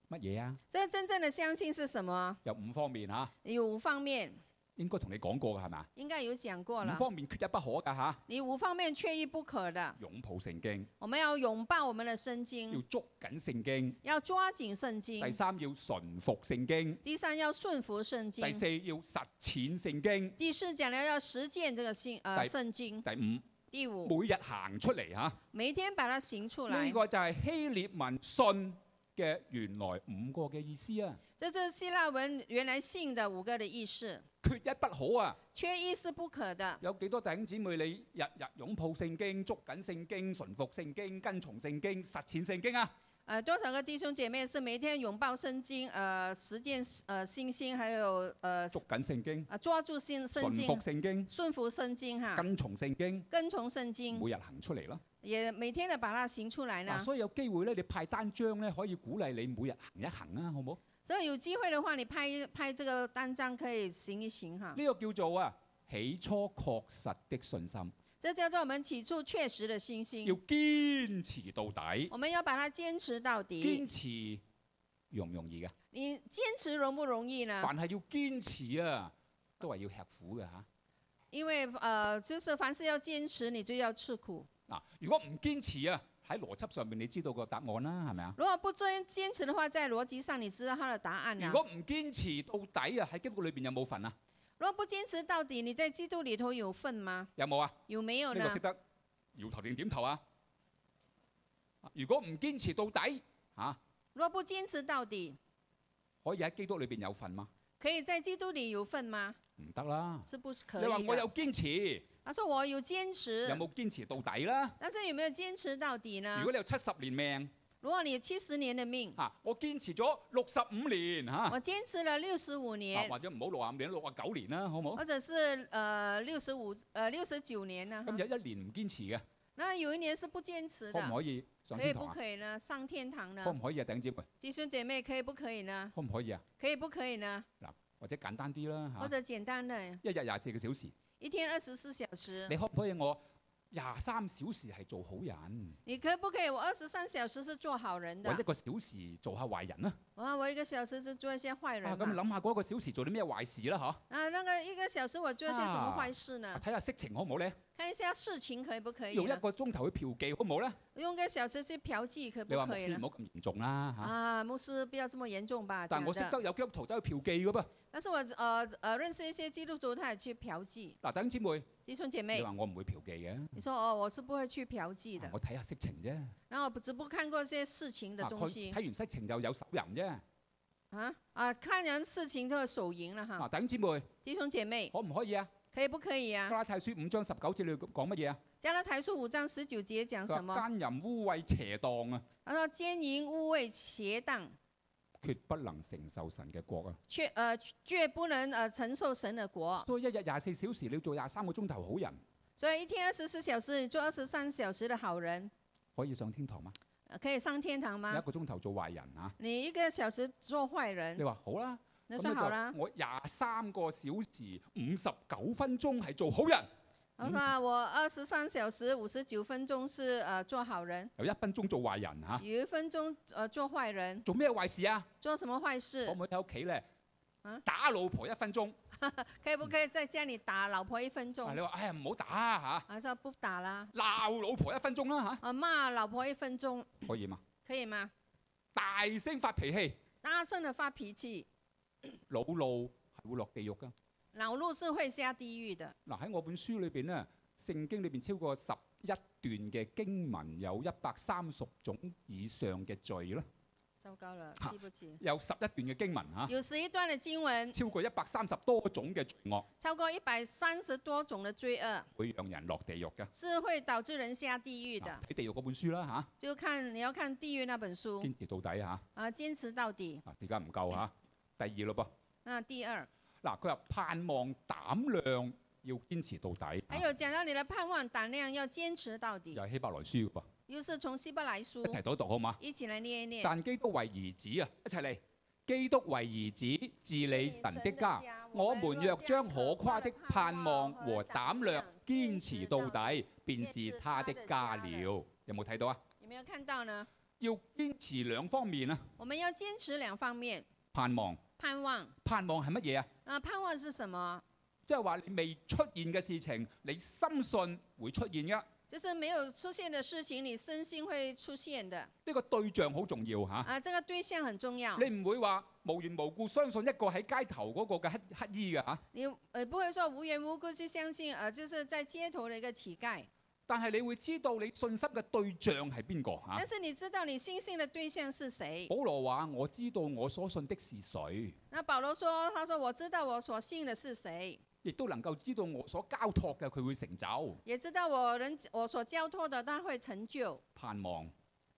S1: 乜嘢啊？
S2: 這真正的相信是什麼？
S1: 有五方面嚇，
S2: 有五方面，
S1: 應該同你講過嘅係嘛？
S2: 應該有講過
S1: 五
S2: 了。
S1: 方面缺一不可㗎嚇，
S2: 你五方面缺一不可的，
S1: 擁抱聖經，
S2: 我們要擁抱我們的聖
S1: 要
S2: 經，
S1: 捉緊聖經；
S2: 要抓緊聖
S1: 第
S2: 經。
S1: 三要順服聖經；
S2: 第三要順服聖
S1: 第
S2: 經。
S1: 四要實踐聖經；
S2: 第四講了要實踐這個信呃
S1: 第
S2: 聖經。
S1: 第五
S2: 第五，
S1: 每日行出嚟嚇，
S2: 每天把它行出
S1: 呢
S2: 來。
S1: 個就係希臘文信嘅原來五個嘅意思啊，
S2: 這就是希臘文原來信的五個的意思，
S1: 缺一不可啊！
S2: 缺一是不可的。
S1: 有幾多弟兄姊妹你日日擁抱聖經、捉緊聖經、順服聖經、跟從聖經、實踐聖經啊？
S2: 呃，多少个弟兄姐妹是每天拥抱圣经，呃，实践呃信心，还有呃
S1: 捉緊聖經，
S2: 啊抓住信圣
S1: 順服
S2: 经，
S1: 聖經，
S2: 顺服圣经哈，
S1: 跟從聖經，
S2: 跟从圣经，
S1: 每日行出嚟啦。
S2: 也每天的把它行出来
S1: 嗱，
S2: 呢。
S1: 所以有機會咧，你派單張咧，可以鼓勵你每日行一行啊，好唔好？
S2: 所以有机会的话，你拍拍这个单张可以行一行哈。
S1: 呢個叫做啊起初確實的信心，
S2: 这叫做我们起初确实的信
S1: 要
S2: 心，
S1: 堅持到底，
S2: 我们要把它坚持到底。
S1: 堅持容唔容易嘅？
S2: 你坚持容不容易呢？
S1: 凡係要堅持啊，都係要吃苦嘅嚇。
S2: 因为呃，就是凡事要坚持，你就要吃苦。
S1: 嗱，如果唔堅持啊，喺邏輯上面你知道個答案啦，係咪啊？
S2: 如果不遵坚持的话，在逻辑上你知道它的答案啊
S1: 如
S2: 了。
S1: 果唔堅持到底啊，喺基督裏邊有冇份啊？
S2: 如果不坚持到底，你在基督里頭有份吗？
S1: 有冇啊？
S2: 有没有
S1: 呢個
S2: 呢
S1: 識？得搖頭定點頭啊？如果唔堅持到底嚇、啊
S2: 如果不坚持到底，
S1: 可以喺基督裏邊有份嗎？
S2: 可以在基督里有份吗？
S1: 唔得啦！嗯
S2: 是不可
S1: 你話
S2: 以
S1: 我
S2: 的。
S1: 有堅持，
S2: 他说我有坚持，
S1: 有冇堅持到底啦？
S2: 但是有没有坚持到底呢
S1: 如？果你有七十年命
S2: 如果你有七十年的命，
S1: 嚇、啊我堅持咗六十五年嚇、啊
S2: 我坚持了六十五
S1: 啊
S2: 年，
S1: 或者唔好六啊五年，六啊九年啦，好唔好？
S2: 或者是呃六十五呃六十九年呢、
S1: 咁有一年唔堅持嘅，
S2: 那有一年是不坚持
S1: 可唔
S2: 的，
S1: 可以上
S2: 可以
S1: 天
S2: 不
S1: 堂啊？
S2: 可以呢？上天堂
S1: 可
S2: 呢？
S1: 唔可以啊？頂姐妹，
S2: 弟兄姐妹可以不可以呢？
S1: 可唔可以啊？
S2: 可以不可以呢？
S1: 或者簡單啲啦
S2: 或
S1: 嚇，
S2: 者简单的，
S1: 一日廿四個小時，
S2: 一天二十四小时，
S1: 你可唔可以我廿三小時係做好人，
S2: 你可不可以？我二十三小时是做好人
S1: 或
S2: 的
S1: 一，個小時做下壞人啊？
S2: 哇，我一个小时是做一些坏
S1: 啊，
S2: 人
S1: 咁
S2: 嘛。
S1: 諗下嗰一個小時做啲咩壞事啦嚇？
S2: 啊，那个一个小时我做一些什么
S1: 啊
S2: 坏事呢？
S1: 睇下色情好唔好咧？
S2: 看一下事情可以不可以
S1: 用一
S2: 呢？
S1: 個鐘頭去嫖妓好唔好咧？
S2: 用一個小时去嫖妓可
S1: 你
S2: 不
S1: 話牧啊
S2: 可以
S1: 師
S2: 呢
S1: 唔？好咁嚴重啦嚇。
S2: 啊，牧师不要这么严重吧，
S1: 但
S2: 讲
S1: 我識
S2: 的。
S1: 得有基督徒走去嫖妓噶噃。
S2: 但是我呃呃认识一些基督徒，他也去嫖妓。
S1: 嗱，弟兄姊妹，
S2: 弟兄姐
S1: 你
S2: 妹，
S1: 話我唔會嫖妓嘅，
S2: 你说哦，我是不会去嫖妓的
S1: 嗯啊，我睇啊下色情啫。啊
S2: 然后我只不过看过一些事情的东
S1: 佢
S2: 西
S1: 睇完色情就有手淫啫。
S2: 啊啊，看人事情就会手淫了哈。
S1: 嗱，弟兄姊妹，
S2: 弟兄姐妹，
S1: 可唔可以啊？
S2: 可以不可以
S1: 加
S2: 啊？
S1: 拉太書五章十九節你講乜嘢啊？
S2: 加拉台书五章十九节讲什
S1: 佢
S2: 么？
S1: 話奸淫污穢邪蕩啊，
S2: 他说奸淫、污秽、邪荡，
S1: 決不能承受神嘅國啊。
S2: 却呃绝不能呃承受神的国。
S1: 所以一日廿四小時你要做廿三個鐘頭好人，
S2: 所以一天二十四小时，你做二十三小时的好人，
S1: 可以上天堂嗎？
S2: 呃可以上天堂
S1: 一
S2: 吗？
S1: 個鐘頭做壞人啊？
S2: 你一个小时做坏人
S1: 你，話好啦，
S2: 那
S1: 咁
S2: 说
S1: 你
S2: 好
S1: 就
S2: 啦。
S1: 我廿三個小時五十九分鐘係做好人，
S2: 他
S1: 嗯
S2: 说啊我二十三小时五十九分钟是呃做好人，
S1: 有一分鐘做壞人嚇。
S2: 有一分钟呃做坏人，
S1: 做咩壞事啊？
S2: 做什么坏
S1: 可
S2: 事
S1: 唔？可以喺屋企咧
S2: 啊
S1: 打老婆一分鐘？
S2: 可以不可以在家里打老婆一分
S1: 啊
S2: 钟？
S1: 你話哎呀唔好打啊
S2: 还是要不打啦？
S1: 嚇，鬧老婆一分鐘啦
S2: 啊骂老婆一分钟
S1: 嚇，可以嘛？
S2: 可以吗？
S1: 大聲發脾氣，
S2: 大声的發脾氣，
S1: 老路係會落地獄噶。
S2: 恼怒是會下地獄的。
S1: 嗱喺我本書裏邊咧，聖經裏邊超過十一段嘅經文，有一百三十種以上嘅罪啦，
S2: 糟糕了，
S1: 啊
S2: 記不起。
S1: 有十一段嘅經文嚇，
S2: 有十一段的经文，
S1: 超過一百三十多種嘅罪惡
S2: 超過一百三十多種的罪惡，
S1: 會讓人落地獄嘅。
S2: 是會導致人下地獄
S1: 嗱
S2: 的。
S1: 睇地獄嗰本書啦
S2: 就看你要看《地獄》那本
S1: 嚇，
S2: 書
S1: 堅持到底嚇，啊
S2: 啊，堅持到底。
S1: 時間唔夠嚇，第二咯噃。
S2: 那第二，
S1: 嗱，佢話盼望膽量要堅持到底，
S2: 还有哎讲到你的盼望、胆量要堅持到底
S1: 又，係希伯來書嘅噃，
S2: 又是從希伯來書
S1: 一齊讀一讀好嘛？
S2: 一起來念一念。
S1: 但基督為兒子啊，一齊嚟，基督為兒子治理神的家。，我們若將可誇的盼望和膽量堅持到底，便是他的家了。有冇睇到啊？
S2: 有没有看到呢？
S1: 要堅持兩方面啊，
S2: 我们要堅持兩方面，
S1: 盼望，
S2: 盼望
S1: 盼望係乜嘢啊？
S2: 啊，盼望是什么？
S1: 即係話你未出現嘅事情，你深信會出現嘅。
S2: 就是没有出现的事情，你身心会出现的
S1: 呢個對象好重要嚇。
S2: 啊。这个对象很重要，
S1: 你唔會話無緣無故相信一個喺街頭嗰個嘅乞乞衣嘅嚇，
S2: 你呃不会说无缘无故去相信，呃，就是在街头的一个乞丐，
S1: 但係你會知道你信心嘅對象係邊個嚇
S2: 但。是你知道你信心的对象是谁。
S1: 保羅話：我知道我所信的是誰，
S2: 那保罗说，他说我知道我所信的是谁，
S1: 亦都能夠知道我所交託嘅佢會成就。
S2: 也知道我人我所交托的他会成就。
S1: 盼望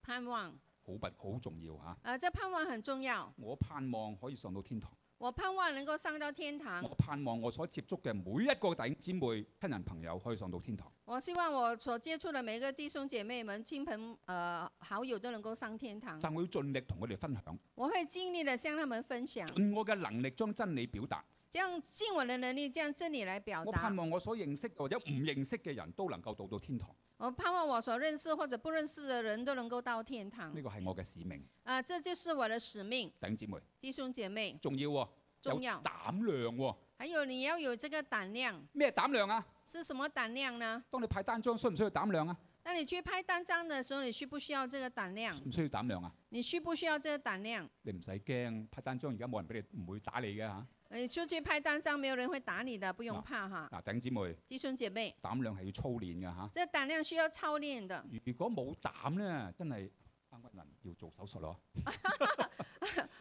S2: 盼望
S1: 好不好重要嚇。
S2: 呃，这盼望很重要。
S1: 我盼望可以上到天堂，
S2: 我盼望能够上到天堂
S1: 我，盼望我所接觸嘅每一個弟兄姊妹、親人朋友可以上到天堂。
S2: 我希望我所接触的每个弟兄姐妹们、亲朋呃好友都能够上天堂。
S1: 但我要盡力同佢哋分享，
S2: 我会尽力的向他们分享，
S1: 盡我嘅能力將真理表達。
S2: 这样尽我的能力，这样真理来表
S1: 我盼
S2: 达。
S1: 望我所認識或者唔認識嘅人都能夠到到天堂，
S2: 我盼望我所认识或者不认识的人都能够到天堂
S1: 呢。個係我嘅使命，
S2: 啊、这就是我的使命，
S1: 弟兄姊妹
S2: 弟兄姐妹，
S1: 重要喎、有
S2: 重要。
S1: 膽量喎、
S2: 还有你要有这个胆量，
S1: 咩膽量啊？
S2: 是什么胆量呢？
S1: 當你派單張需唔需要膽量啊？
S2: 当你去拍单张的时候，你需不需要这个胆量？
S1: 需唔需要膽量啊？
S2: 你需不需要这个胆量？
S1: 你唔使驚，派單張而家冇人俾你，唔會打你嘅嚇。
S2: 你出去拍单张，没有人会打你的，不用
S1: 啊
S2: 怕哈，
S1: 嗱，弟兄姊妹，
S2: 弟兄姐妹，
S1: 膽量係要操練嘅嚇。
S2: 这胆量需要操练的。
S1: 如果冇膽咧，真係啱啱人要做手術咯。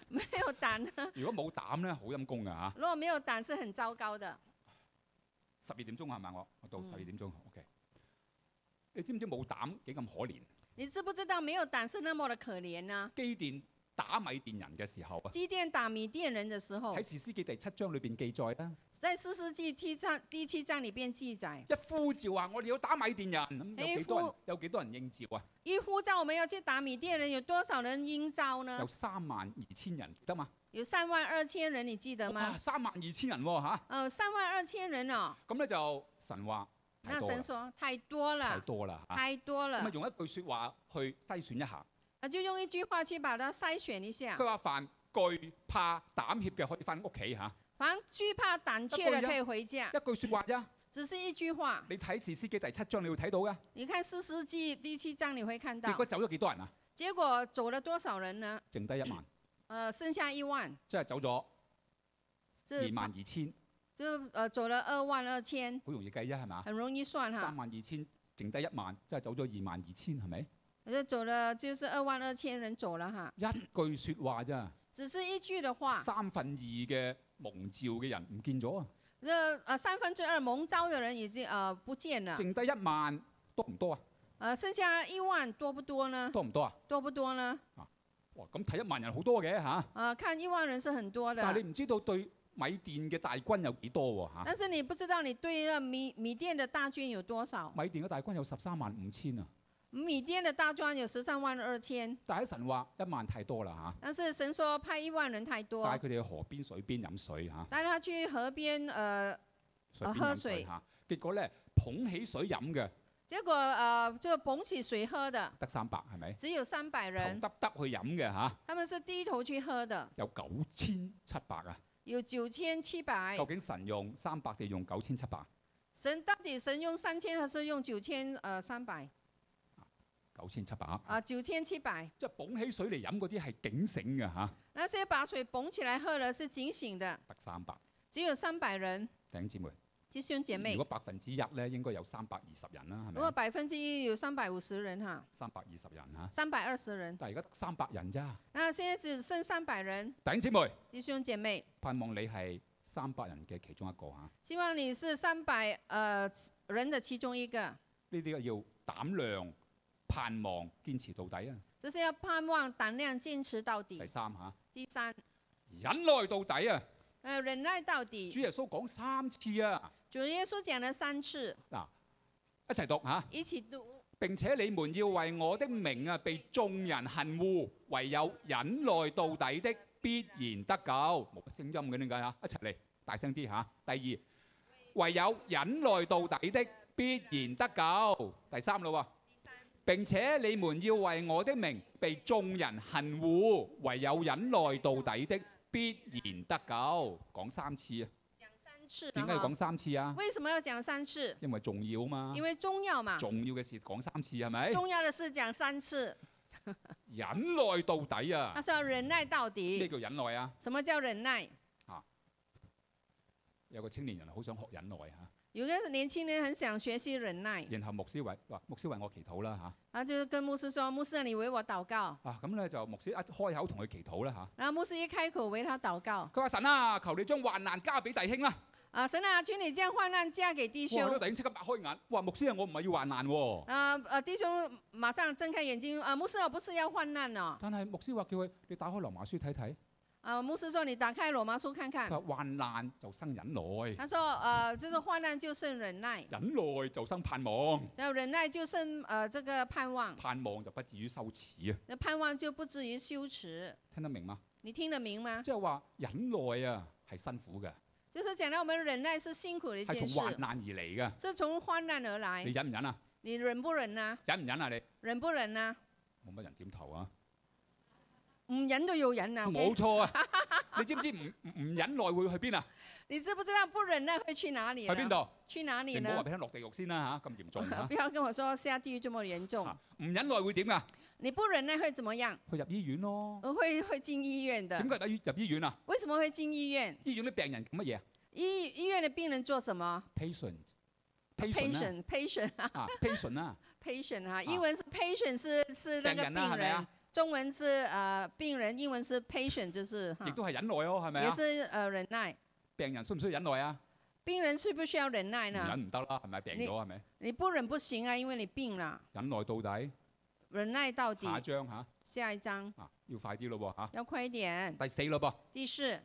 S2: 没有胆，
S1: 如果冇膽咧，好陰功㗎嚇。
S2: 如果没有胆是很糟糕的。
S1: 十二點鐘係咪啊我？我到
S2: 嗯
S1: 十二點鐘，OK。你知唔知冇膽幾咁可憐？
S2: 你知不知道没有胆是那么的可怜呢、
S1: 機電打米電人嘅時候啊，
S2: 基甸打米甸人的时候
S1: 喺，士師記第七章裏邊記載啦，
S2: 在四世纪七章第七章里边记载，
S1: 一呼召啊，我哋要打米電人，咁有幾多人
S2: 哎？
S1: 有幾多人應召啊？
S2: 一呼召我们要去打米甸人，有多少人应召呢
S1: 有？三萬二千人得嘛？
S2: 有三万二千人，你记得
S1: 哇，
S2: 吗？
S1: 啊三萬二千人喎嚇！
S2: 呃，三万二千人哦，
S1: 咁咧就神話太
S2: 那
S1: 多
S2: 神
S1: 啦，
S2: 说太多
S1: 太
S2: 了，
S1: 多啦嚇。
S2: 太多
S1: 咁啊
S2: 了，
S1: 用一句説話去篩選一下。
S2: 啊，就用一句话去把它筛选一下
S1: 佢。話凡懼怕膽怯嘅可以翻屋企嚇，
S2: 反正惧怕胆怯的可以回家，
S1: 一句説話啫。
S2: 只是一句话。
S1: 你睇《士師記》第七章，你會睇到嘅。
S2: 你看四世纪第七章，你会看
S1: 結
S2: 到
S1: 果，走咗幾多人啊？
S2: 结果走了多少人呢？
S1: 剩低一萬，
S2: 呃，剩下一万，
S1: 即係走咗
S2: 这
S1: 二萬二千，
S2: 就呃走了二万二千，
S1: 好容易計啫，係嘛？
S2: 很容易算
S1: 三
S2: 哈。
S1: 萬二千，剩低一萬，即係走咗二萬二千，係咪？
S2: 就走了就是二万二千人走了哈，
S1: 一句説話啫，
S2: 只是一句的话，
S1: 三分二嘅蒙召嘅人唔見咗啊，
S2: 这呃三分之二蒙招的人已经呃不见了，
S1: 剩低一萬多唔多啊？
S2: 呃剩下一万多不多呢？
S1: 多唔多啊？
S2: 多不多呢？
S1: 哇！咁睇一萬人好多嘅嚇，
S2: 呃，看一万人是很多
S1: 但係
S2: 的，
S1: 你唔知道對米甸嘅大軍有幾多喎嚇？
S2: 但是你不知道你对那米米店的大军有多少。
S1: 米甸嘅大軍有十三萬五千啊！
S2: 米甸的大庄有十三万二千，
S1: 但係神話一萬太多啦
S2: 但是神说派一万人
S1: 嚇，
S2: 太
S1: 帶
S2: 多，
S1: 佢哋去河邊水邊飲水嚇，
S2: 带他去河边，呃，
S1: 水
S2: 啊
S1: 邊飲
S2: 喝啊水
S1: 水嚇。結果咧捧起水飲嘅
S2: 结果呃就捧起水喝的，
S1: 得三百係咪？
S2: 只有三百
S1: 頭
S2: 人，
S1: 耷耷去飲嘅嚇，
S2: 他们是低头去喝的，
S1: 有九千七百啊！
S2: 有九千七百
S1: 究。竟神用三百定用九千七百？
S2: 神到底神用三千还是用九千？呃，三百
S1: 九千七百
S2: 啊，九千七百。
S1: 即係捧起水嚟飲嗰啲係警醒嘅嚇，
S2: 那些把水捧起来喝了是警醒的，
S1: 得三百。
S2: 只有三百人。
S1: 弟兄姊妹，
S2: 弟兄姐
S1: 如
S2: 妹
S1: 果，百分之一咧，應該有三百二十人啦，係
S2: 如果
S1: 咪？
S2: 百分之一有三百五十人哈，
S1: 三百二十人嚇，
S2: 三百二十人，
S1: 但係而家得三百人咋？
S2: 那现在只剩三百人。
S1: 弟兄姊妹，
S2: 弟兄姐妹，
S1: 盼望你係三百人嘅其中一個啊嚇。
S2: 希望你是三百呃人的其中一个，
S1: 呢啲要膽量、盼望、堅持到底啊！
S2: 就是要盼望、胆量、坚持到
S1: 第
S2: 底。
S1: 三嚇，
S2: 第三，
S1: 忍耐到底啊！
S2: 呃，忍耐到底。
S1: 主耶穌講三次啊，
S2: 主耶穌讲了三次，
S1: 一齊讀嚇。
S2: 一起读。
S1: 並且你們要為我的名啊，被眾人恨惡，唯有忍耐到底的，必然得救。冇聲音嘅點解啊？一齊嚟，大聲啲嚇。第二，唯有忍耐到底的，必然得救。第三咯喎。並且你們要為我的名被眾人恨惡，唯有忍耐到底的，必然得救。講三次啊？
S2: 三次
S1: 點
S2: 了
S1: 解要
S2: 哈
S1: 講。三次啊？
S2: 为什么要讲三次？
S1: 因為重要啊嘛
S2: 因。為重要嘛，
S1: 重要嘅哎事講三次係咪？
S2: 重要的事讲三次，
S1: 忍耐到底啊！
S2: 他是要忍耐到
S1: 咩
S2: 底。
S1: 叫忍耐啊？
S2: 什么叫忍耐？
S1: 有個青年人好想學忍耐嚇、
S2: 有个年轻人很想学习忍耐，
S1: 然後牧師為話牧師為我祈禱啦嚇，
S2: 他就跟牧师说：“牧师，你为我禱告。
S1: 啊咁咧就牧師一開口同佢祈禱啦嚇，”
S2: 然后牧师一开口为他禱告，
S1: 佢話神啊，求你將患難加俾弟兄啦，
S2: 啊，神啊，求你将患难加给弟
S1: 哇！佢
S2: 兄
S1: 突。然即刻擘開眼，哇！牧師啊，我唔係要患難喎、
S2: 啊呃，弟兄马上睁开眼睛啊！牧师，我不是要患难哦。
S1: 但係牧師話叫佢，你打開羅馬書睇睇，
S2: 啊，牧师说你打开罗马书看看
S1: 佢。話患難就生忍耐，
S2: 他说呃，就是患难就剩忍耐，
S1: 忍耐就生盼望，
S2: 然后忍耐就剩呃这个盼望，
S1: 盼望就不至於羞恥啊！
S2: 那盼望就不至于羞耻。
S1: 聽得明嗎？
S2: 你听得明吗？
S1: 即係話忍耐啊係辛苦嘅，
S2: 就是讲到我们忍耐是辛苦的一
S1: 係
S2: 件
S1: 從患
S2: 事，
S1: 難而嚟嘅。
S2: 是从患难而来
S1: 你。忍唔忍啊？
S2: 你忍不忍呐、
S1: 忍唔忍啊？你
S2: 忍不忍啊呐、
S1: 冇乜人點頭啊？
S2: 唔忍嗯都有忍呐、
S1: 冇錯啊！你知唔知唔唔唔忍耐會去邊啊？
S2: 你知不知道不忍耐会去哪
S1: 去
S2: 里呢？
S1: 邊啊度？
S2: 去哪里
S1: 你唔好話
S2: 呢？
S1: 俾佢落地獄先啦嚇，咁嚴重啊
S2: 不！要跟我说下地狱这么严重。
S1: 嚇唔忍耐會點㗎？
S2: 你不忍耐会怎么样？
S1: 去入醫院咯。
S2: 我呃会会进医院的
S1: 點。解入醫入醫院啊？
S2: 为什么会进医院？
S1: 醫院啲病人做乜嘢啊
S2: 医医院的病人做什么
S1: ？patient patient 啊
S2: ？patient patient 啊
S1: 啊 patient 啊，
S2: patient 啊，英文是 patient 是是那
S1: 病
S2: 个
S1: 人啦，
S2: 病
S1: 係咪
S2: 人
S1: 啊，？
S2: 中文是呃病人，英文是 patient 就是哈
S1: 亦，都係忍耐咯，係咪
S2: 也
S1: 啊？
S2: 是呃忍耐。
S1: 病人需唔需要忍耐啊？
S2: 病人需不需要忍耐
S1: 唔
S2: 呢？
S1: 忍唔得啦，係咪病咗係咪？
S2: 你不忍不行啊，因为你病了，
S1: 忍耐到底，
S2: 忍耐到底
S1: 下一。章嚇
S2: 下一章
S1: 啊，要快啲咯喎嚇。
S2: 要快一点。
S1: 第四咯噃，
S2: 第四，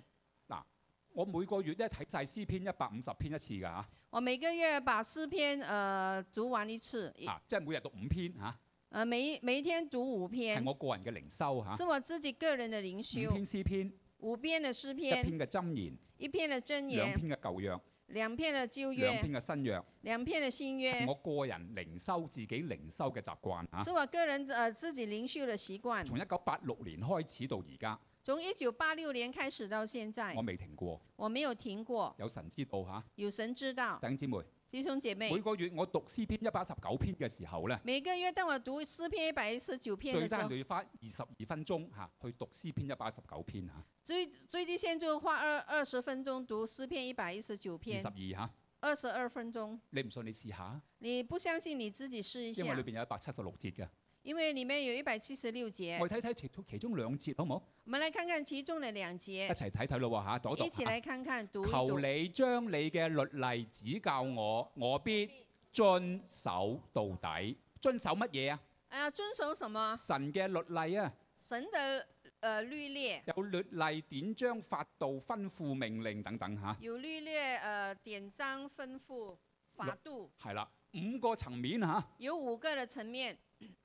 S1: 我每個月咧睇晒詩篇一百五十篇一次㗎嚇，
S2: 我每个月把诗篇呃读完一次，
S1: 啊，即係每日讀五篇嚇，
S2: 呃每一每一天读五篇
S1: 係，我個人嘅靈修
S2: 是我自己个人的灵
S1: 嚇，五
S2: 修。
S1: 篇詩篇，
S2: 五篇的诗
S1: 一
S2: 篇，
S1: 篇嘅箴言，
S2: 一篇的箴
S1: 兩
S2: 言，
S1: 篇嘅舊約，
S2: 两篇的旧
S1: 兩
S2: 约，
S1: 篇嘅新約，
S2: 两篇的新
S1: 係
S2: 约，
S1: 我個人靈修自己靈修嘅習慣嚇。
S2: 是我个人呃自己灵修的习惯。
S1: 從一九八六年開始到而家，
S2: 从一九八六年开始到现在
S1: 我，未停過，
S2: 我没有停过。
S1: 有神知道嚇。
S2: 有神知道，
S1: 弟兄姊妹，
S2: 弟兄姐妹
S1: 每，個月我讀詩篇一百一十九篇嘅時候咧，
S2: 每个月当我读诗篇一百一十九篇
S1: 最
S2: 的时
S1: 低
S2: 候，
S1: 就要花二十二分鐘嚇、去讀詩篇一百一十九篇嚇，啊二
S2: 最最低限度花二二十分钟读诗篇一百一十九篇
S1: 十，二嚇。
S2: 二十二分钟。
S1: 你唔信你試下，
S2: 你不相信你自己试啊一
S1: 因為裏
S2: 下，
S1: 邊有一百七十六節嘅，
S2: 因为里面有一百七十六节
S1: 我。哋睇睇其其中兩節好唔好？
S2: 我们来看看其中的两
S1: 一
S2: 节，
S1: 齊睇睇咯喎嚇，讀一啊
S2: 一
S1: 讀
S2: 起
S1: 嚇
S2: 来看看读一
S1: 求
S2: 读。
S1: 你將你嘅律例指教我，我必遵守到底。遵守乜嘢啊？
S2: 啊，遵守什么？
S1: 神嘅律例啊！
S2: 神的呃律例，
S1: 有律例、典章、法度、吩咐、命令等等吓，
S2: 有律例呃典章吩咐法度，
S1: 係啦，五個層面吓，
S2: 有五个的层面，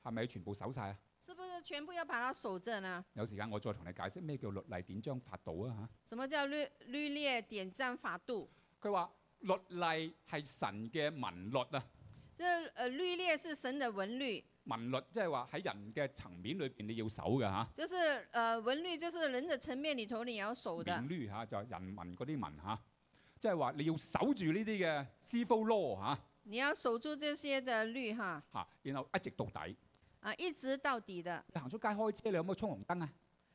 S1: 係咪全部搜晒啊？
S2: 是不是全部要把它守着呢？
S1: 有時間我再同你解釋咩叫律例、典章、法度啊
S2: 什么叫律律例典章法度？
S1: 吓，佢話律例係神嘅文律啊，
S2: 这呃律例是神的文律，
S1: 文律即係話喺人嘅層面裏邊你要守嘅吓，
S2: 就是呃文律就是人的层面里头你要守的
S1: 名，律吓就係人民嗰啲文吓，即係話你要守住呢啲嘅 civil law 吓
S2: 你要守住这些的律哈
S1: 吓，然後一直到底。
S2: 啊，一直到底的。
S1: 你行出街開車，你有冇衝紅燈啊？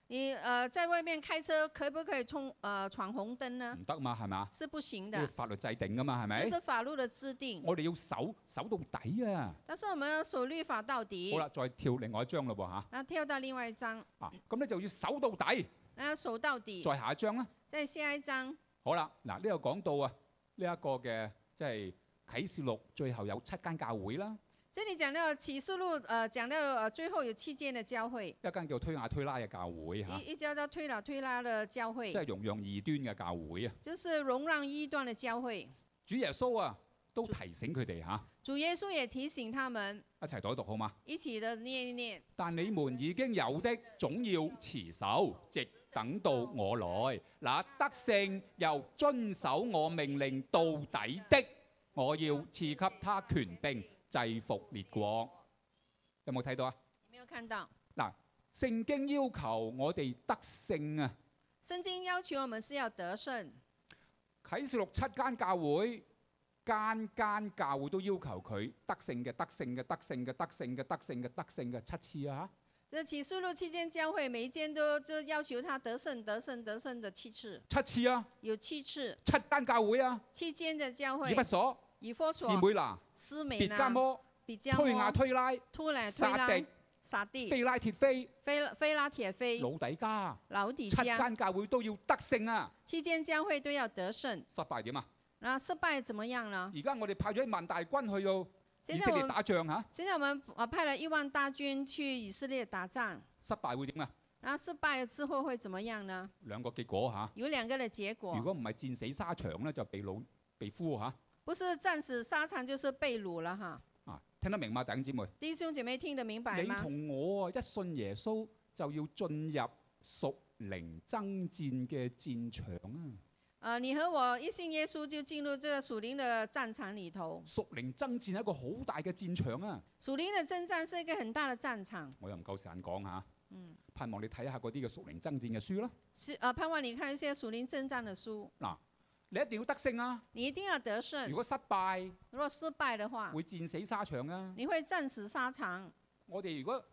S2: 你呃在外面开车可不可以冲呃闯红灯呢？
S1: 唔得嘛，係咪啊？
S2: 是不行
S1: 呢個
S2: 的，
S1: 法律制定噶嘛，係
S2: 这
S1: 咪？
S2: 是法律的制定。
S1: 我哋要守守到底啊！
S2: 但是我们要守律法到底
S1: 好。啦，再跳另外一張嘞喎嚇，
S2: 然后跳到另外一章，
S1: 啊，咁咧就要守到底，
S2: 然后守到底。
S1: 再下一張啦。
S2: 再下一章，
S1: 好啦，嗱呢度講到啊，呢、一個嘅即係啟示錄最後有七間教會啦，
S2: 这里讲到启示录，呃，讲到呃最后有七间的教会，
S1: 一間叫推雅推拉嘅教會嚇，
S2: 一一家叫推拉推拉的教会
S1: 即，係容讓異端嘅教會啊。
S2: 就是容让异端的教会。
S1: 主耶穌啊，都提醒佢哋嚇，
S2: 主耶稣也提醒他们，
S1: 一齊讀一讀好嘛？
S2: 一起的念一念。
S1: 但你們已經有的，總要持守，直等到我來。那得勝又遵守我命令到底的，我要賜給他權柄，制服列國。有冇睇到啊？
S2: 有没有看到？
S1: 聖經要求我哋得勝啊！
S2: 圣经要求我们是要得胜，
S1: 啟示錄七間教會，間間教會都要求佢得勝嘅、得勝嘅、得勝嘅、得勝嘅、得勝嘅、得勝嘅七次啊！
S2: 这启示录七间教会，每一间都就要求他得胜、得胜、得胜的七次，
S1: 七次啊！
S2: 有七次，
S1: 七間教會啊！
S2: 七间的教
S1: 以
S2: 会
S1: 弗，所、
S2: 以佛
S1: 士
S2: 所、
S1: 妹拿、
S2: 斯美
S1: 別
S2: 呢
S1: 加、摩、
S2: 比加
S1: 推
S2: 摩
S1: 亞、推拉、
S2: 突然推
S1: 撒
S2: 拉、
S1: 迪、
S2: 撒地、
S1: 菲拉鐵菲、
S2: 菲菲拉铁菲、
S1: 老底加，
S2: 老底
S1: 七
S2: 家
S1: 間教會都要得勝啊！
S2: 期间将会都要得胜，
S1: 失敗點啊？
S2: 那失败怎么样呢？
S1: 而家我哋派咗一萬大軍去到以
S2: 现在
S1: 色
S2: 我
S1: 列
S2: 们
S1: 打仗嚇，
S2: 现在我们呃派了一万大军去以色列打仗，
S1: 失敗會點啊？
S2: 然後失败了之后会怎么样呢？
S1: 兩個結果嚇，
S2: 有兩個的結
S1: 如
S2: 果，
S1: 果唔係戰死沙場咧，就被老被俘嚇。
S2: 不是战死沙场就是被掳了哈。
S1: 啊，聽得明嘛，弟兄姊妹？
S2: 弟兄姐妹聽得明白
S1: 你
S2: 嗎？
S1: 同我啊，一信耶穌就要進入屬靈爭戰嘅戰場啊！
S2: 呃，你和我一信耶穌就進入這個屬靈的戰場裏頭。
S1: 屬靈爭戰係一個好大嘅戰場啊！
S2: 屬靈的征戰是一個很大的戰場。
S1: 我又唔夠時間講嚇，
S2: 嗯，
S1: 盼望你睇下嗰啲嘅屬靈爭戰嘅書啦。
S2: 是呃，盼望你看一些屬靈征戰的書，
S1: 你一定要得勝啊！
S2: 你一定要得勝
S1: 如。果失敗，
S2: 如果失敗的話，
S1: 會戰死沙場啊！
S2: 你會戰死沙場。
S1: 我哋如果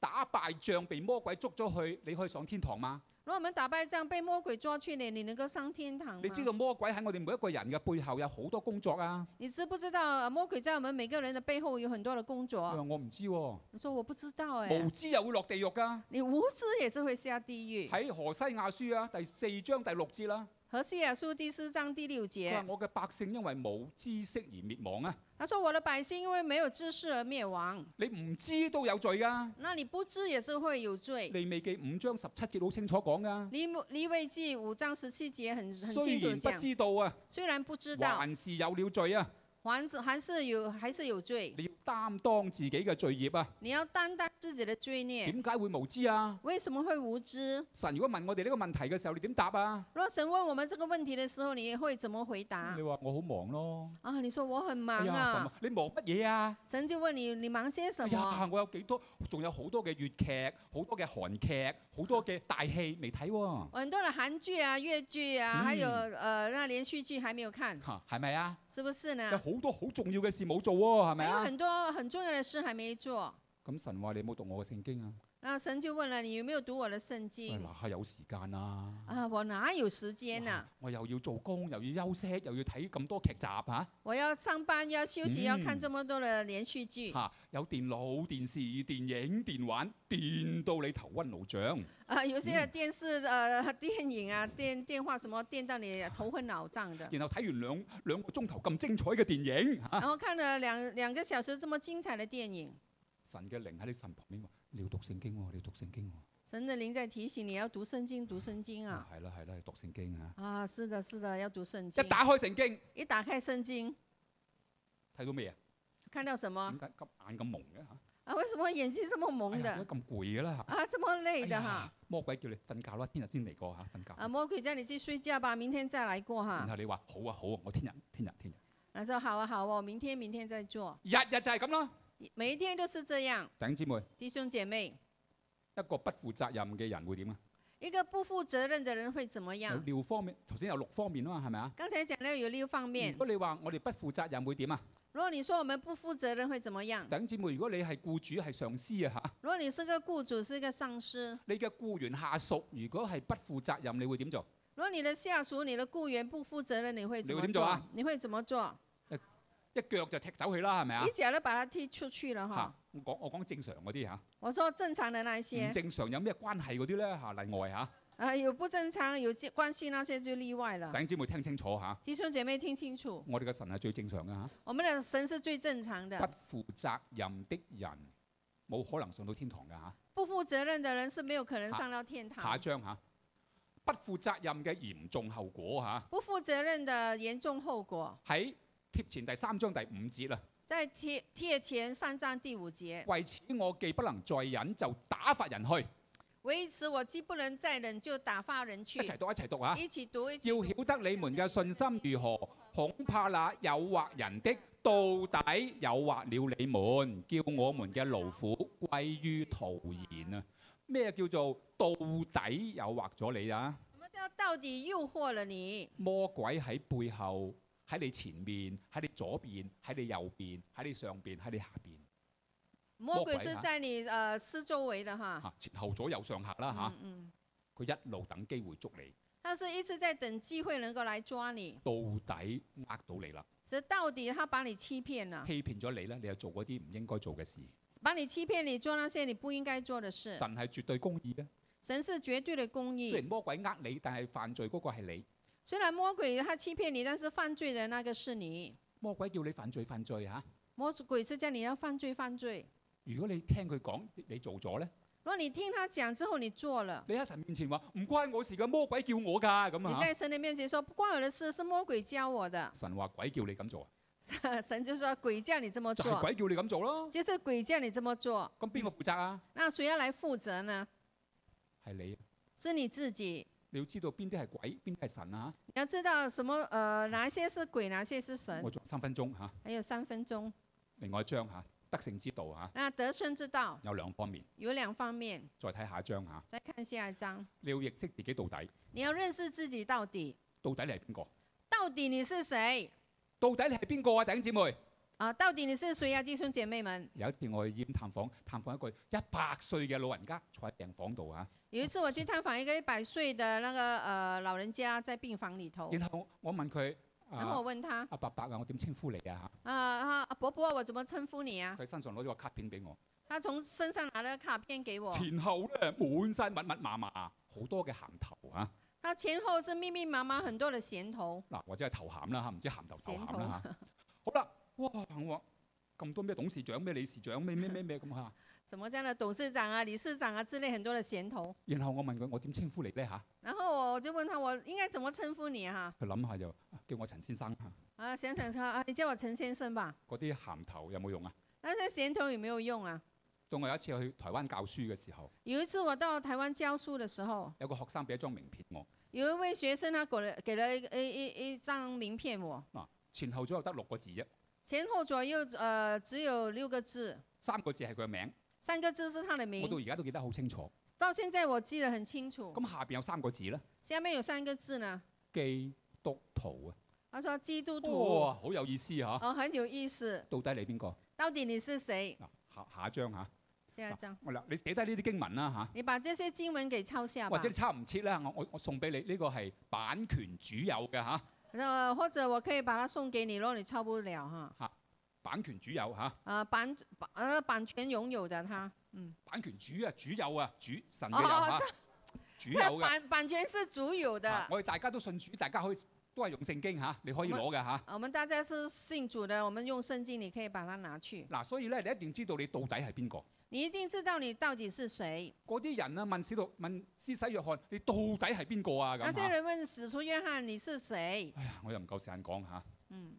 S1: 打敗仗被魔鬼捉咗去，你可以上天堂嘛？
S2: 如果我們打敗仗被魔鬼抓去呢，你能夠上天堂嗎？
S1: 你知道魔鬼喺我哋每一個人嘅背後有好多工作啊！
S2: 你知不知道呃魔鬼在我們每個人的背後有很多的工
S1: 佢話
S2: 作？
S1: 我唔知喎，
S2: 我說我不知道哎、
S1: 無知又會落地獄㗎。
S2: 你無知也是會下地獄。
S1: 喺何西亞書啊第四章第六節啦，
S2: 何西雅書第四章第六
S1: 佢話
S2: 節，
S1: 我嘅百姓因為冇知識而滅亡啊！
S2: 他說：“我的百姓因為沒有知識而滅亡。”
S1: 你唔知都有罪㗎。
S2: 那你不知也是會有罪。
S1: 利未記五章十七節好清楚講㗎。
S2: 离离位记五章十七节很很
S1: 雖
S2: 清楚地
S1: 然不
S2: 讲，
S1: 知道啊，
S2: 虽然不知道，
S1: 還是有了罪啊！
S2: 还是还是有还是有罪，
S1: 你要擔當自己嘅罪孽啊！
S2: 你要担当自己的罪孽。
S1: 點解會無知啊？
S2: 为什么会無知？
S1: 神如果問我哋呢個問題嘅時候，你點答啊？
S2: 若神问我们这個問題的時候，你會怎麼回答
S1: 你？話我好忙咯。
S2: 啊，你說我很忙
S1: 嗯哎呀，神
S2: 啊
S1: 啊，你忙乜嘢啊？
S2: 神就問你你忙些
S1: 哎
S2: 什麼？
S1: 呀，我有幾多，仲有好多嘅粵劇，好多嘅韓劇，好多嘅大戲未睇喎。
S2: 很多的韓劇啊、粵劇啊，
S1: 嗯
S2: 還有呃那連續劇還沒有看，
S1: 嚇係咪啊？
S2: 是不是
S1: 有
S2: 呢？
S1: 好多好重要嘅事冇做喎，係咪
S2: 還有
S1: 啊？
S2: 很多很重要的事還沒做。
S1: 咁神話你冇讀我嘅聖經啊？
S2: 那神就問了你有沒有讀我的聖
S1: 喂
S2: 經？
S1: 嗱下有時間啊，
S2: 啊，我哪有時間呢、
S1: 哇我又要做工，又要休息，又要睇咁多劇集嚇嚇、
S2: 我要上班，要休息，
S1: 嗯
S2: 要看這麼多的連續劇，啊、
S1: 有電腦、電視、電影、電玩，電到你頭昏腦脹。
S2: 啊有些的
S1: 嗯
S2: 電視、呃 電影啊、電電話什麼，電到你頭昏腦脹的。
S1: 然後睇完兩兩個鐘頭咁精彩嘅電影嚇
S2: 然後看了兩兩個小時這麼精彩的電影，
S1: 神嘅靈喺你身旁邊話：你要讀聖經喎、你要讀聖經喎、
S2: 神的靈在提醒你要讀聖經，讀聖經啊！
S1: 係啦係啦，要讀聖經啊！
S2: 啊，是的，是的，要讀聖經。
S1: 一打開聖經，
S2: 一打開聖經，
S1: 睇到咩
S2: 看到什
S1: 啊？點
S2: 麼
S1: 解咁眼咁蒙嘅嚇？
S2: 啊？為什麼眼睛這麼蒙
S1: 哎
S2: 的
S1: 呀點解咁攰嘅啦嚇？
S2: 啊？這麼累的
S1: 哎
S2: 哈、
S1: 呀魔鬼叫你瞓覺啦，聽日先嚟過嚇，瞓覺。
S2: 啊，魔鬼叫你去睡覺吧，明天再來過哈
S1: 然。後你話好啊好啊，我聽日聽日聽日，
S2: 然後說好啊好啊，我明天明天再做，
S1: 日日就係咁啦。
S2: 每一天都是這樣，
S1: 弟兄姊妹，
S2: 弟兄姐妹。
S1: 一個不負責任嘅人會點啊？
S2: 一個不負責任的人會怎麼
S1: 有
S2: 樣？
S1: 六方面，頭先有六方面啊嘛，係咪啊？
S2: 剛才講到有六方面
S1: 如，果你話我哋不負責任會點啊？
S2: 如果你說我們不負責任會怎麼樣？
S1: 弟兄姊妹，如果你係僱主係上司啊嚇，
S2: 如果你是個雇主，是個上司，
S1: 你嘅僱員下屬如果係不負責任，你會點做？
S2: 如果你的下屬、你的雇員不負責任，你會怎
S1: 你會
S2: 麼
S1: 點做啊
S2: 做？你會怎麼做？
S1: 一腳就踢走佢啦，係咪啊
S2: 一？腳都把他踢出去了哈
S1: 嚇！！我講我講正常嗰啲嚇，
S2: 我說正常的那一
S1: 唔
S2: 些，
S1: 正常有咩關係嗰啲咧嚇例外嚇。
S2: 啊，有不正常、有關係那些就例外了
S1: 弟。兄姊妹聽清楚嚇，
S2: 弟兄姐妹聽清楚，
S1: 我哋嘅神係最正常嘅嚇。
S2: 我們的神是最正常的，
S1: 不負責任的人冇可能上到天堂㗎嚇。
S2: 不負責任的人是沒有可能上到天
S1: 下一
S2: 堂。
S1: 張嚇，不負責任嘅嚴重後果嚇，
S2: 不負責任的嚴重後果。
S1: 喺貼前第三章第五節啦。
S2: 在帖帖前三章第五節，
S1: 為此我既不能再忍，就打發人去。
S2: 为此我既不能再忍，就打發人去
S1: 一。齊讀，一齊讀啊！
S2: 一起讀，一起
S1: 要
S2: 讀。
S1: 曉得你們嘅信心如何，恐怕那誘惑人的到底誘惑了你們，叫我們嘅勞苦歸於徒然啊！咩叫做到底誘惑咗你啊？
S2: 什么叫到底誘惑了你？
S1: 魔鬼喺背後，喺你前面，喺你左邊，喺你右邊，喺你上邊，喺你下邊。
S2: 魔
S1: 魔
S2: 鬼
S1: 鬼啊
S2: 是
S1: 哈
S2: 在你呃四周圍的哈。
S1: 嚇前後左右上下啦
S2: 嗯
S1: 嚇，
S2: 嗯，
S1: 佢、一路等機會捉你，
S2: 他是一直在等機會能夠來抓你，
S1: 到底呃到你啦，
S2: 這到底他把你欺騙了，
S1: 欺騙咗你咧，你又做嗰啲唔應該做嘅事。
S2: 把你欺騙你做那些你不應該做的事
S1: 神。係絕對公義嘅，啊
S2: 神是絕對的公
S1: 雖
S2: 義
S1: 然，魔鬼呃你，但係犯罪嗰個係你。
S2: 虽然魔鬼他欺骗你，但是犯罪的那个是你。
S1: 魔鬼叫你犯罪犯罪嚇，
S2: 魔鬼是叫你要犯罪犯罪。
S1: 如果你聽佢講，你做咗咧，
S2: 如果你听他講之後，你做了，
S1: 你喺神面前話唔關我事嘅，魔鬼叫我㗎咁
S2: 你
S1: 啊
S2: 在神的面前說不關我的事，是魔鬼教我的。
S1: 神話鬼叫你咁做，
S2: 神就說鬼叫你這麼
S1: 就係
S2: 做，
S1: 鬼叫你咁做咯。
S2: 就是鬼叫你這麼做。
S1: 咁邊個負責啊？
S2: 那誰要來負責呢？
S1: 係你。
S2: 是你自己。
S1: 你要知道邊啲係鬼，邊啲係神啊！
S2: 你要知道什麼？呃，哪一些是鬼，哪些是神
S1: 我。仲有三分鐘嚇，
S2: 还有三分鐘。
S1: 另外一章嚇得勝之道嚇
S2: 那得勝之道
S1: 有兩方面，
S2: 有兩方面，
S1: 再睇下一章嚇。
S2: 再看下一章。
S1: 你要認識自己到底，
S2: 你要認識自己到底，
S1: 到底你係邊個？
S2: 到底你是誰
S1: 到底你係邊個啊？弟兄姊妹，
S2: 啊？到底你是誰啊，弟兄姐妹們？
S1: 有一次我去醫院探訪，探訪一個一百歲嘅老人家坐喺病房度嚇，
S2: 有一次我去探訪一個一百歲的那個呃老人家，在病房裡頭，
S1: 然後我問佢：
S2: 然後
S1: 啊
S2: 我問他
S1: 阿伯伯啊，我點稱呼你啊？
S2: 啊啊伯伯，我怎麼稱呼你啊？
S1: 佢身上攞咗個卡片俾我，
S2: 他從身上拿了卡片 給我，
S1: 前後咧滿晒密密麻麻，好多嘅鹹頭啊！
S2: 他前後是密密麻麻很多的銜頭，
S1: 嗱，或者係頭鹹啦嚇，唔知鹹頭頭
S2: 銜
S1: 鹹
S2: 頭
S1: 啦嚇。好啦，哇！我話咁多咩董事長咩理事長咩咩咩咩咁嚇，
S2: 什麼這樣的董事長啊、理事長啊之類很多的銜頭。
S1: 然後我問佢我點稱呼你咧嚇，
S2: 然後我就問他，我應該怎麼稱呼你啊？
S1: 佢諗下就啊叫我陳先生嚇。
S2: 啊，想想看啊，你叫我陳先生吧。
S1: 嗰啲鹹頭有冇用啊？
S2: 那這銜頭有沒有用啊？
S1: 到我有一次去台灣教書嘅時候，
S2: 有一次我到台灣教書的時候，
S1: 有個學生俾一張名片我，
S2: 有一位學生他給了給了一一一一張名片我，
S1: 前後左右得六個字啫，
S2: 前後左右呃只有六個字，
S1: 三個字係佢嘅名，
S2: 三個字是他的
S1: 我到
S2: 名。
S1: 而家都記得好清楚。
S2: 到現在我記得很清楚。
S1: 咁下邊有三個字咧，
S2: 下面有三個字呢，
S1: 基督徒啊，
S2: 他說基督徒，
S1: 哇，好有意思嚇、
S2: 哦，很有意思。
S1: 到底你邊個？
S2: 到底你是誰？
S1: 嗱，下下一章嚇，
S2: 下一張，
S1: 我啦，你寫低呢啲經文啦
S2: 你把這些經文給抄下
S1: 嚇，
S2: 吧
S1: 或者。你抄唔切啦，我我我送俾你，呢、個係版權主有嘅嚇，
S2: 呃，或者我可以把它送給你咯，你抄不了哈。
S1: 版權主有嚇，
S2: 呃，版版呃版權擁有的他，嗯，
S1: 版權主啊，主有啊，主神嘅
S2: 哦
S1: 有
S2: 哦
S1: 嚇，主有嘅。
S2: 版版權是主有的。
S1: 啊我哋大家都信主，大家可以都係用聖經嚇，你可
S2: 啊
S1: 以攞嘅嚇。
S2: 我们大家是信主的，我们用聖經，你可以把它拿去。
S1: 嗱，所以咧，你一定知道你到底係邊個。
S2: 你一定知道你到底是誰。
S1: 嗰啲人啊，問使徒問施洗約翰，你到底係邊個啊？
S2: 那
S1: 咁
S2: 些
S1: 嚇，
S2: 人問使徒約翰你是誰？
S1: 我又唔夠時間講嚇。
S2: 嗯，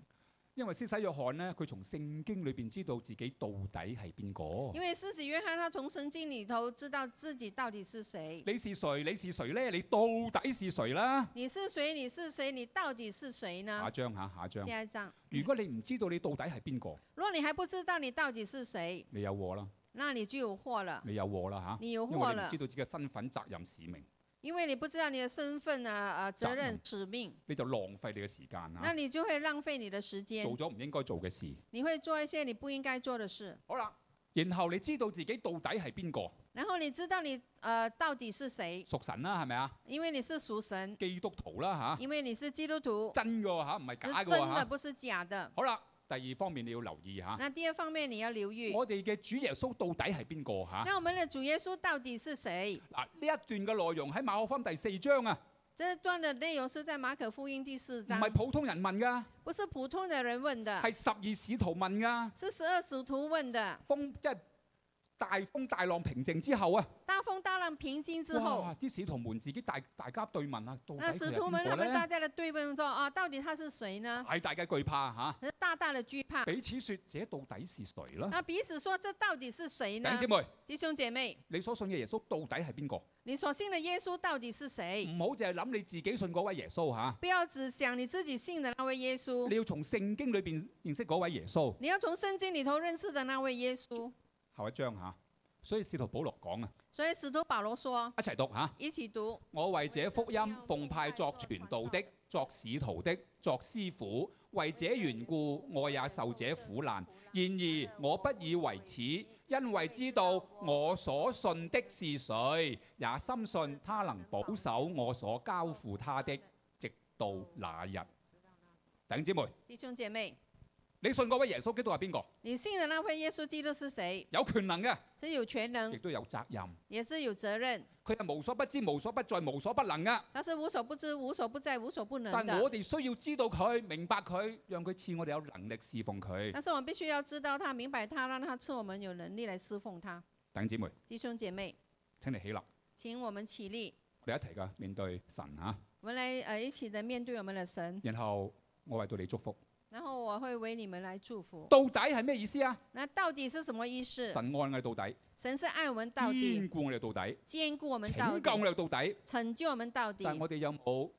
S1: 因為施洗約翰咧，佢從聖經裏邊知道自己到底係邊個。
S2: 因為施洗約翰他從聖經裡頭知道自己到底是誰。
S1: 你是誰？你是誰咧？你到底是誰啦？
S2: 你是誰？你是誰？你到底是
S1: 下
S2: 誰呢
S1: 一？章嚇，下一章。
S2: 下一章，
S1: 如果你唔知道你到底係邊個，
S2: 如果你還不知道你到底是誰，
S1: 你有禍啦，
S2: 那你就有禍了，
S1: 你有禍啦嚇。
S2: 你有
S1: 因
S2: 禍
S1: 為你唔
S2: 了
S1: 知，道自己嘅身份、責任、使命，
S2: 因為你不知道你的身份啊、呃責任、使命，
S1: 你就浪費你嘅時間
S2: 那
S1: 嚇，
S2: 你就會浪費你的時間
S1: 做，咗唔應該做嘅事。
S2: 你會做一些你不應該做的事。
S1: 好啦，然後你知道自己到底係邊個，
S2: 然後你知道你呃到底是誰，
S1: 屬神啦，係咪啊？
S2: 因為你是屬神，
S1: 基督徒啦
S2: 因為你是基督徒，
S1: 嚇，真嘅喎嚇，唔係
S2: 是
S1: 假嘅
S2: 真
S1: 喎
S2: 的
S1: 嚇。
S2: 不是假的。
S1: 好啦，第二方面你要留意嚇，
S2: 那第二方面你要留意，
S1: 啊我啊哋嘅主耶穌到底係邊個嚇？
S2: 那我們的主耶穌到底是誰？
S1: 嗱，呢一段嘅內容喺馬可福音第四章啊，
S2: 這段的內容是在馬可福音第四
S1: 唔
S2: 章，
S1: 係普通人問噶，
S2: 不是普通的人問的，
S1: 係十二使徒問噶。
S2: 是十二使徒問的。
S1: 風即係大風大浪平靜之後啊，
S2: 大風大浪平靜之後
S1: 哇，！啲使徒們自己大大家對問啊，到底
S2: 那
S1: 佢
S2: 使
S1: 係
S2: 徒們
S1: 邊
S2: 他
S1: 個
S2: 們
S1: 咧
S2: 大？家的對問說啊，到底他是誰呢？
S1: 大大嘅懼怕嚇，
S2: 大大的懼怕。
S1: 彼此說：這到底是誰啦？
S2: 那彼此說這到底是誰
S1: 弟
S2: 呢
S1: 兄姊？妹，
S2: 弟兄姐妹，
S1: 你所信嘅耶穌到底係邊個？
S2: 你所信的耶穌到底是誰？
S1: 唔好淨係諗你自己信嗰位耶穌嚇，
S2: 不要只想你自己信的那位耶穌，
S1: 你要從聖經裏邊認識嗰位耶穌。
S2: 你要從聖經里头認識的那位耶穌。
S1: 下一章嚇，所以使徒保羅講啊，
S2: 所以使徒保羅說，
S1: 一齊讀嚇。
S2: 一起讀：
S1: 我為這福音奉派作傳道的、作使徒的、作師傅，為這緣故我也受這苦難。然而我不以為恥，因為知道我所信的是誰，也深信他能保守我所交付他的，直到那日。弟兄姊妹，
S2: 弟兄姐妹，
S1: 你信嗰位耶穌基督係邊個？
S2: 你信的那位耶稣基督是谁？
S1: 有權能嘅，
S2: 是有全
S1: 亦
S2: 能，
S1: 都有責任。
S2: 也是有责任，
S1: 佢係無所不知、無所不在、無所不能嘅。
S2: 他是无所不知、无所不在、无所不能
S1: 但
S2: 的。
S1: 我哋需要知道佢、明白佢，讓佢賜我哋有能力侍奉佢。
S2: 但是我们必须要知道他、明白他，让他赐我们有能力来侍奉他。
S1: 弟兄姊妹，
S2: 弟兄姐妹，
S1: 請你起立，
S2: 请我们起立，
S1: 我哋一齊噶面對神嚇、
S2: 我们来呃一起的面对我们的神，
S1: 然後我為到你祝福。
S2: 然后我会为你们来祝福。
S1: 到底係咩意思啊？
S2: 那到底是什么意思
S1: 神？嗯愛我哋到底，
S2: 神是爱我们到底，
S1: 眷顧我哋到底，
S2: 兼顾我们到
S1: 拯救
S2: 底，
S1: 我哋到底。
S2: 拯救我们到底。
S1: 但係我哋有冇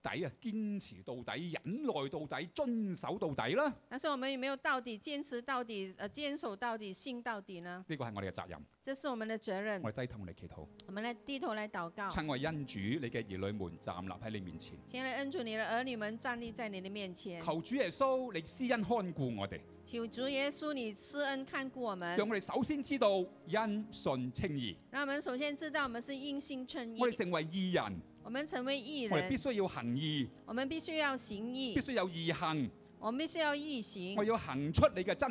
S1: 到底啊？堅持到底、忍耐到底、遵守到底啦？
S2: 但是我们有没有到底坚持到底，呃，坚守到底，信到底呢？
S1: 呢個係我哋嘅責任。
S2: 这是我们的责任。
S1: 我哋低頭嚟祈禱。
S2: 我们来低头来祷告，
S1: 親愛恩主，你嘅兒女們站立喺你面前，
S2: 亲爱的恩主，你的儿女们站立在你的面前，
S1: 求主耶穌，你施恩看顧我哋，
S2: 求主耶稣你施恩看顾我们
S1: 讓，我哋首先知道因信稱義，
S2: 让我们首先知道我们是因信称义
S1: 我，哋成為義人，
S2: 我们成为义
S1: 我哋必
S2: 人，
S1: 須要行義，
S2: 我们必须要行
S1: 必
S2: 义，
S1: 須有義行，
S2: 我们必须要义行
S1: 我。要行出你嘅真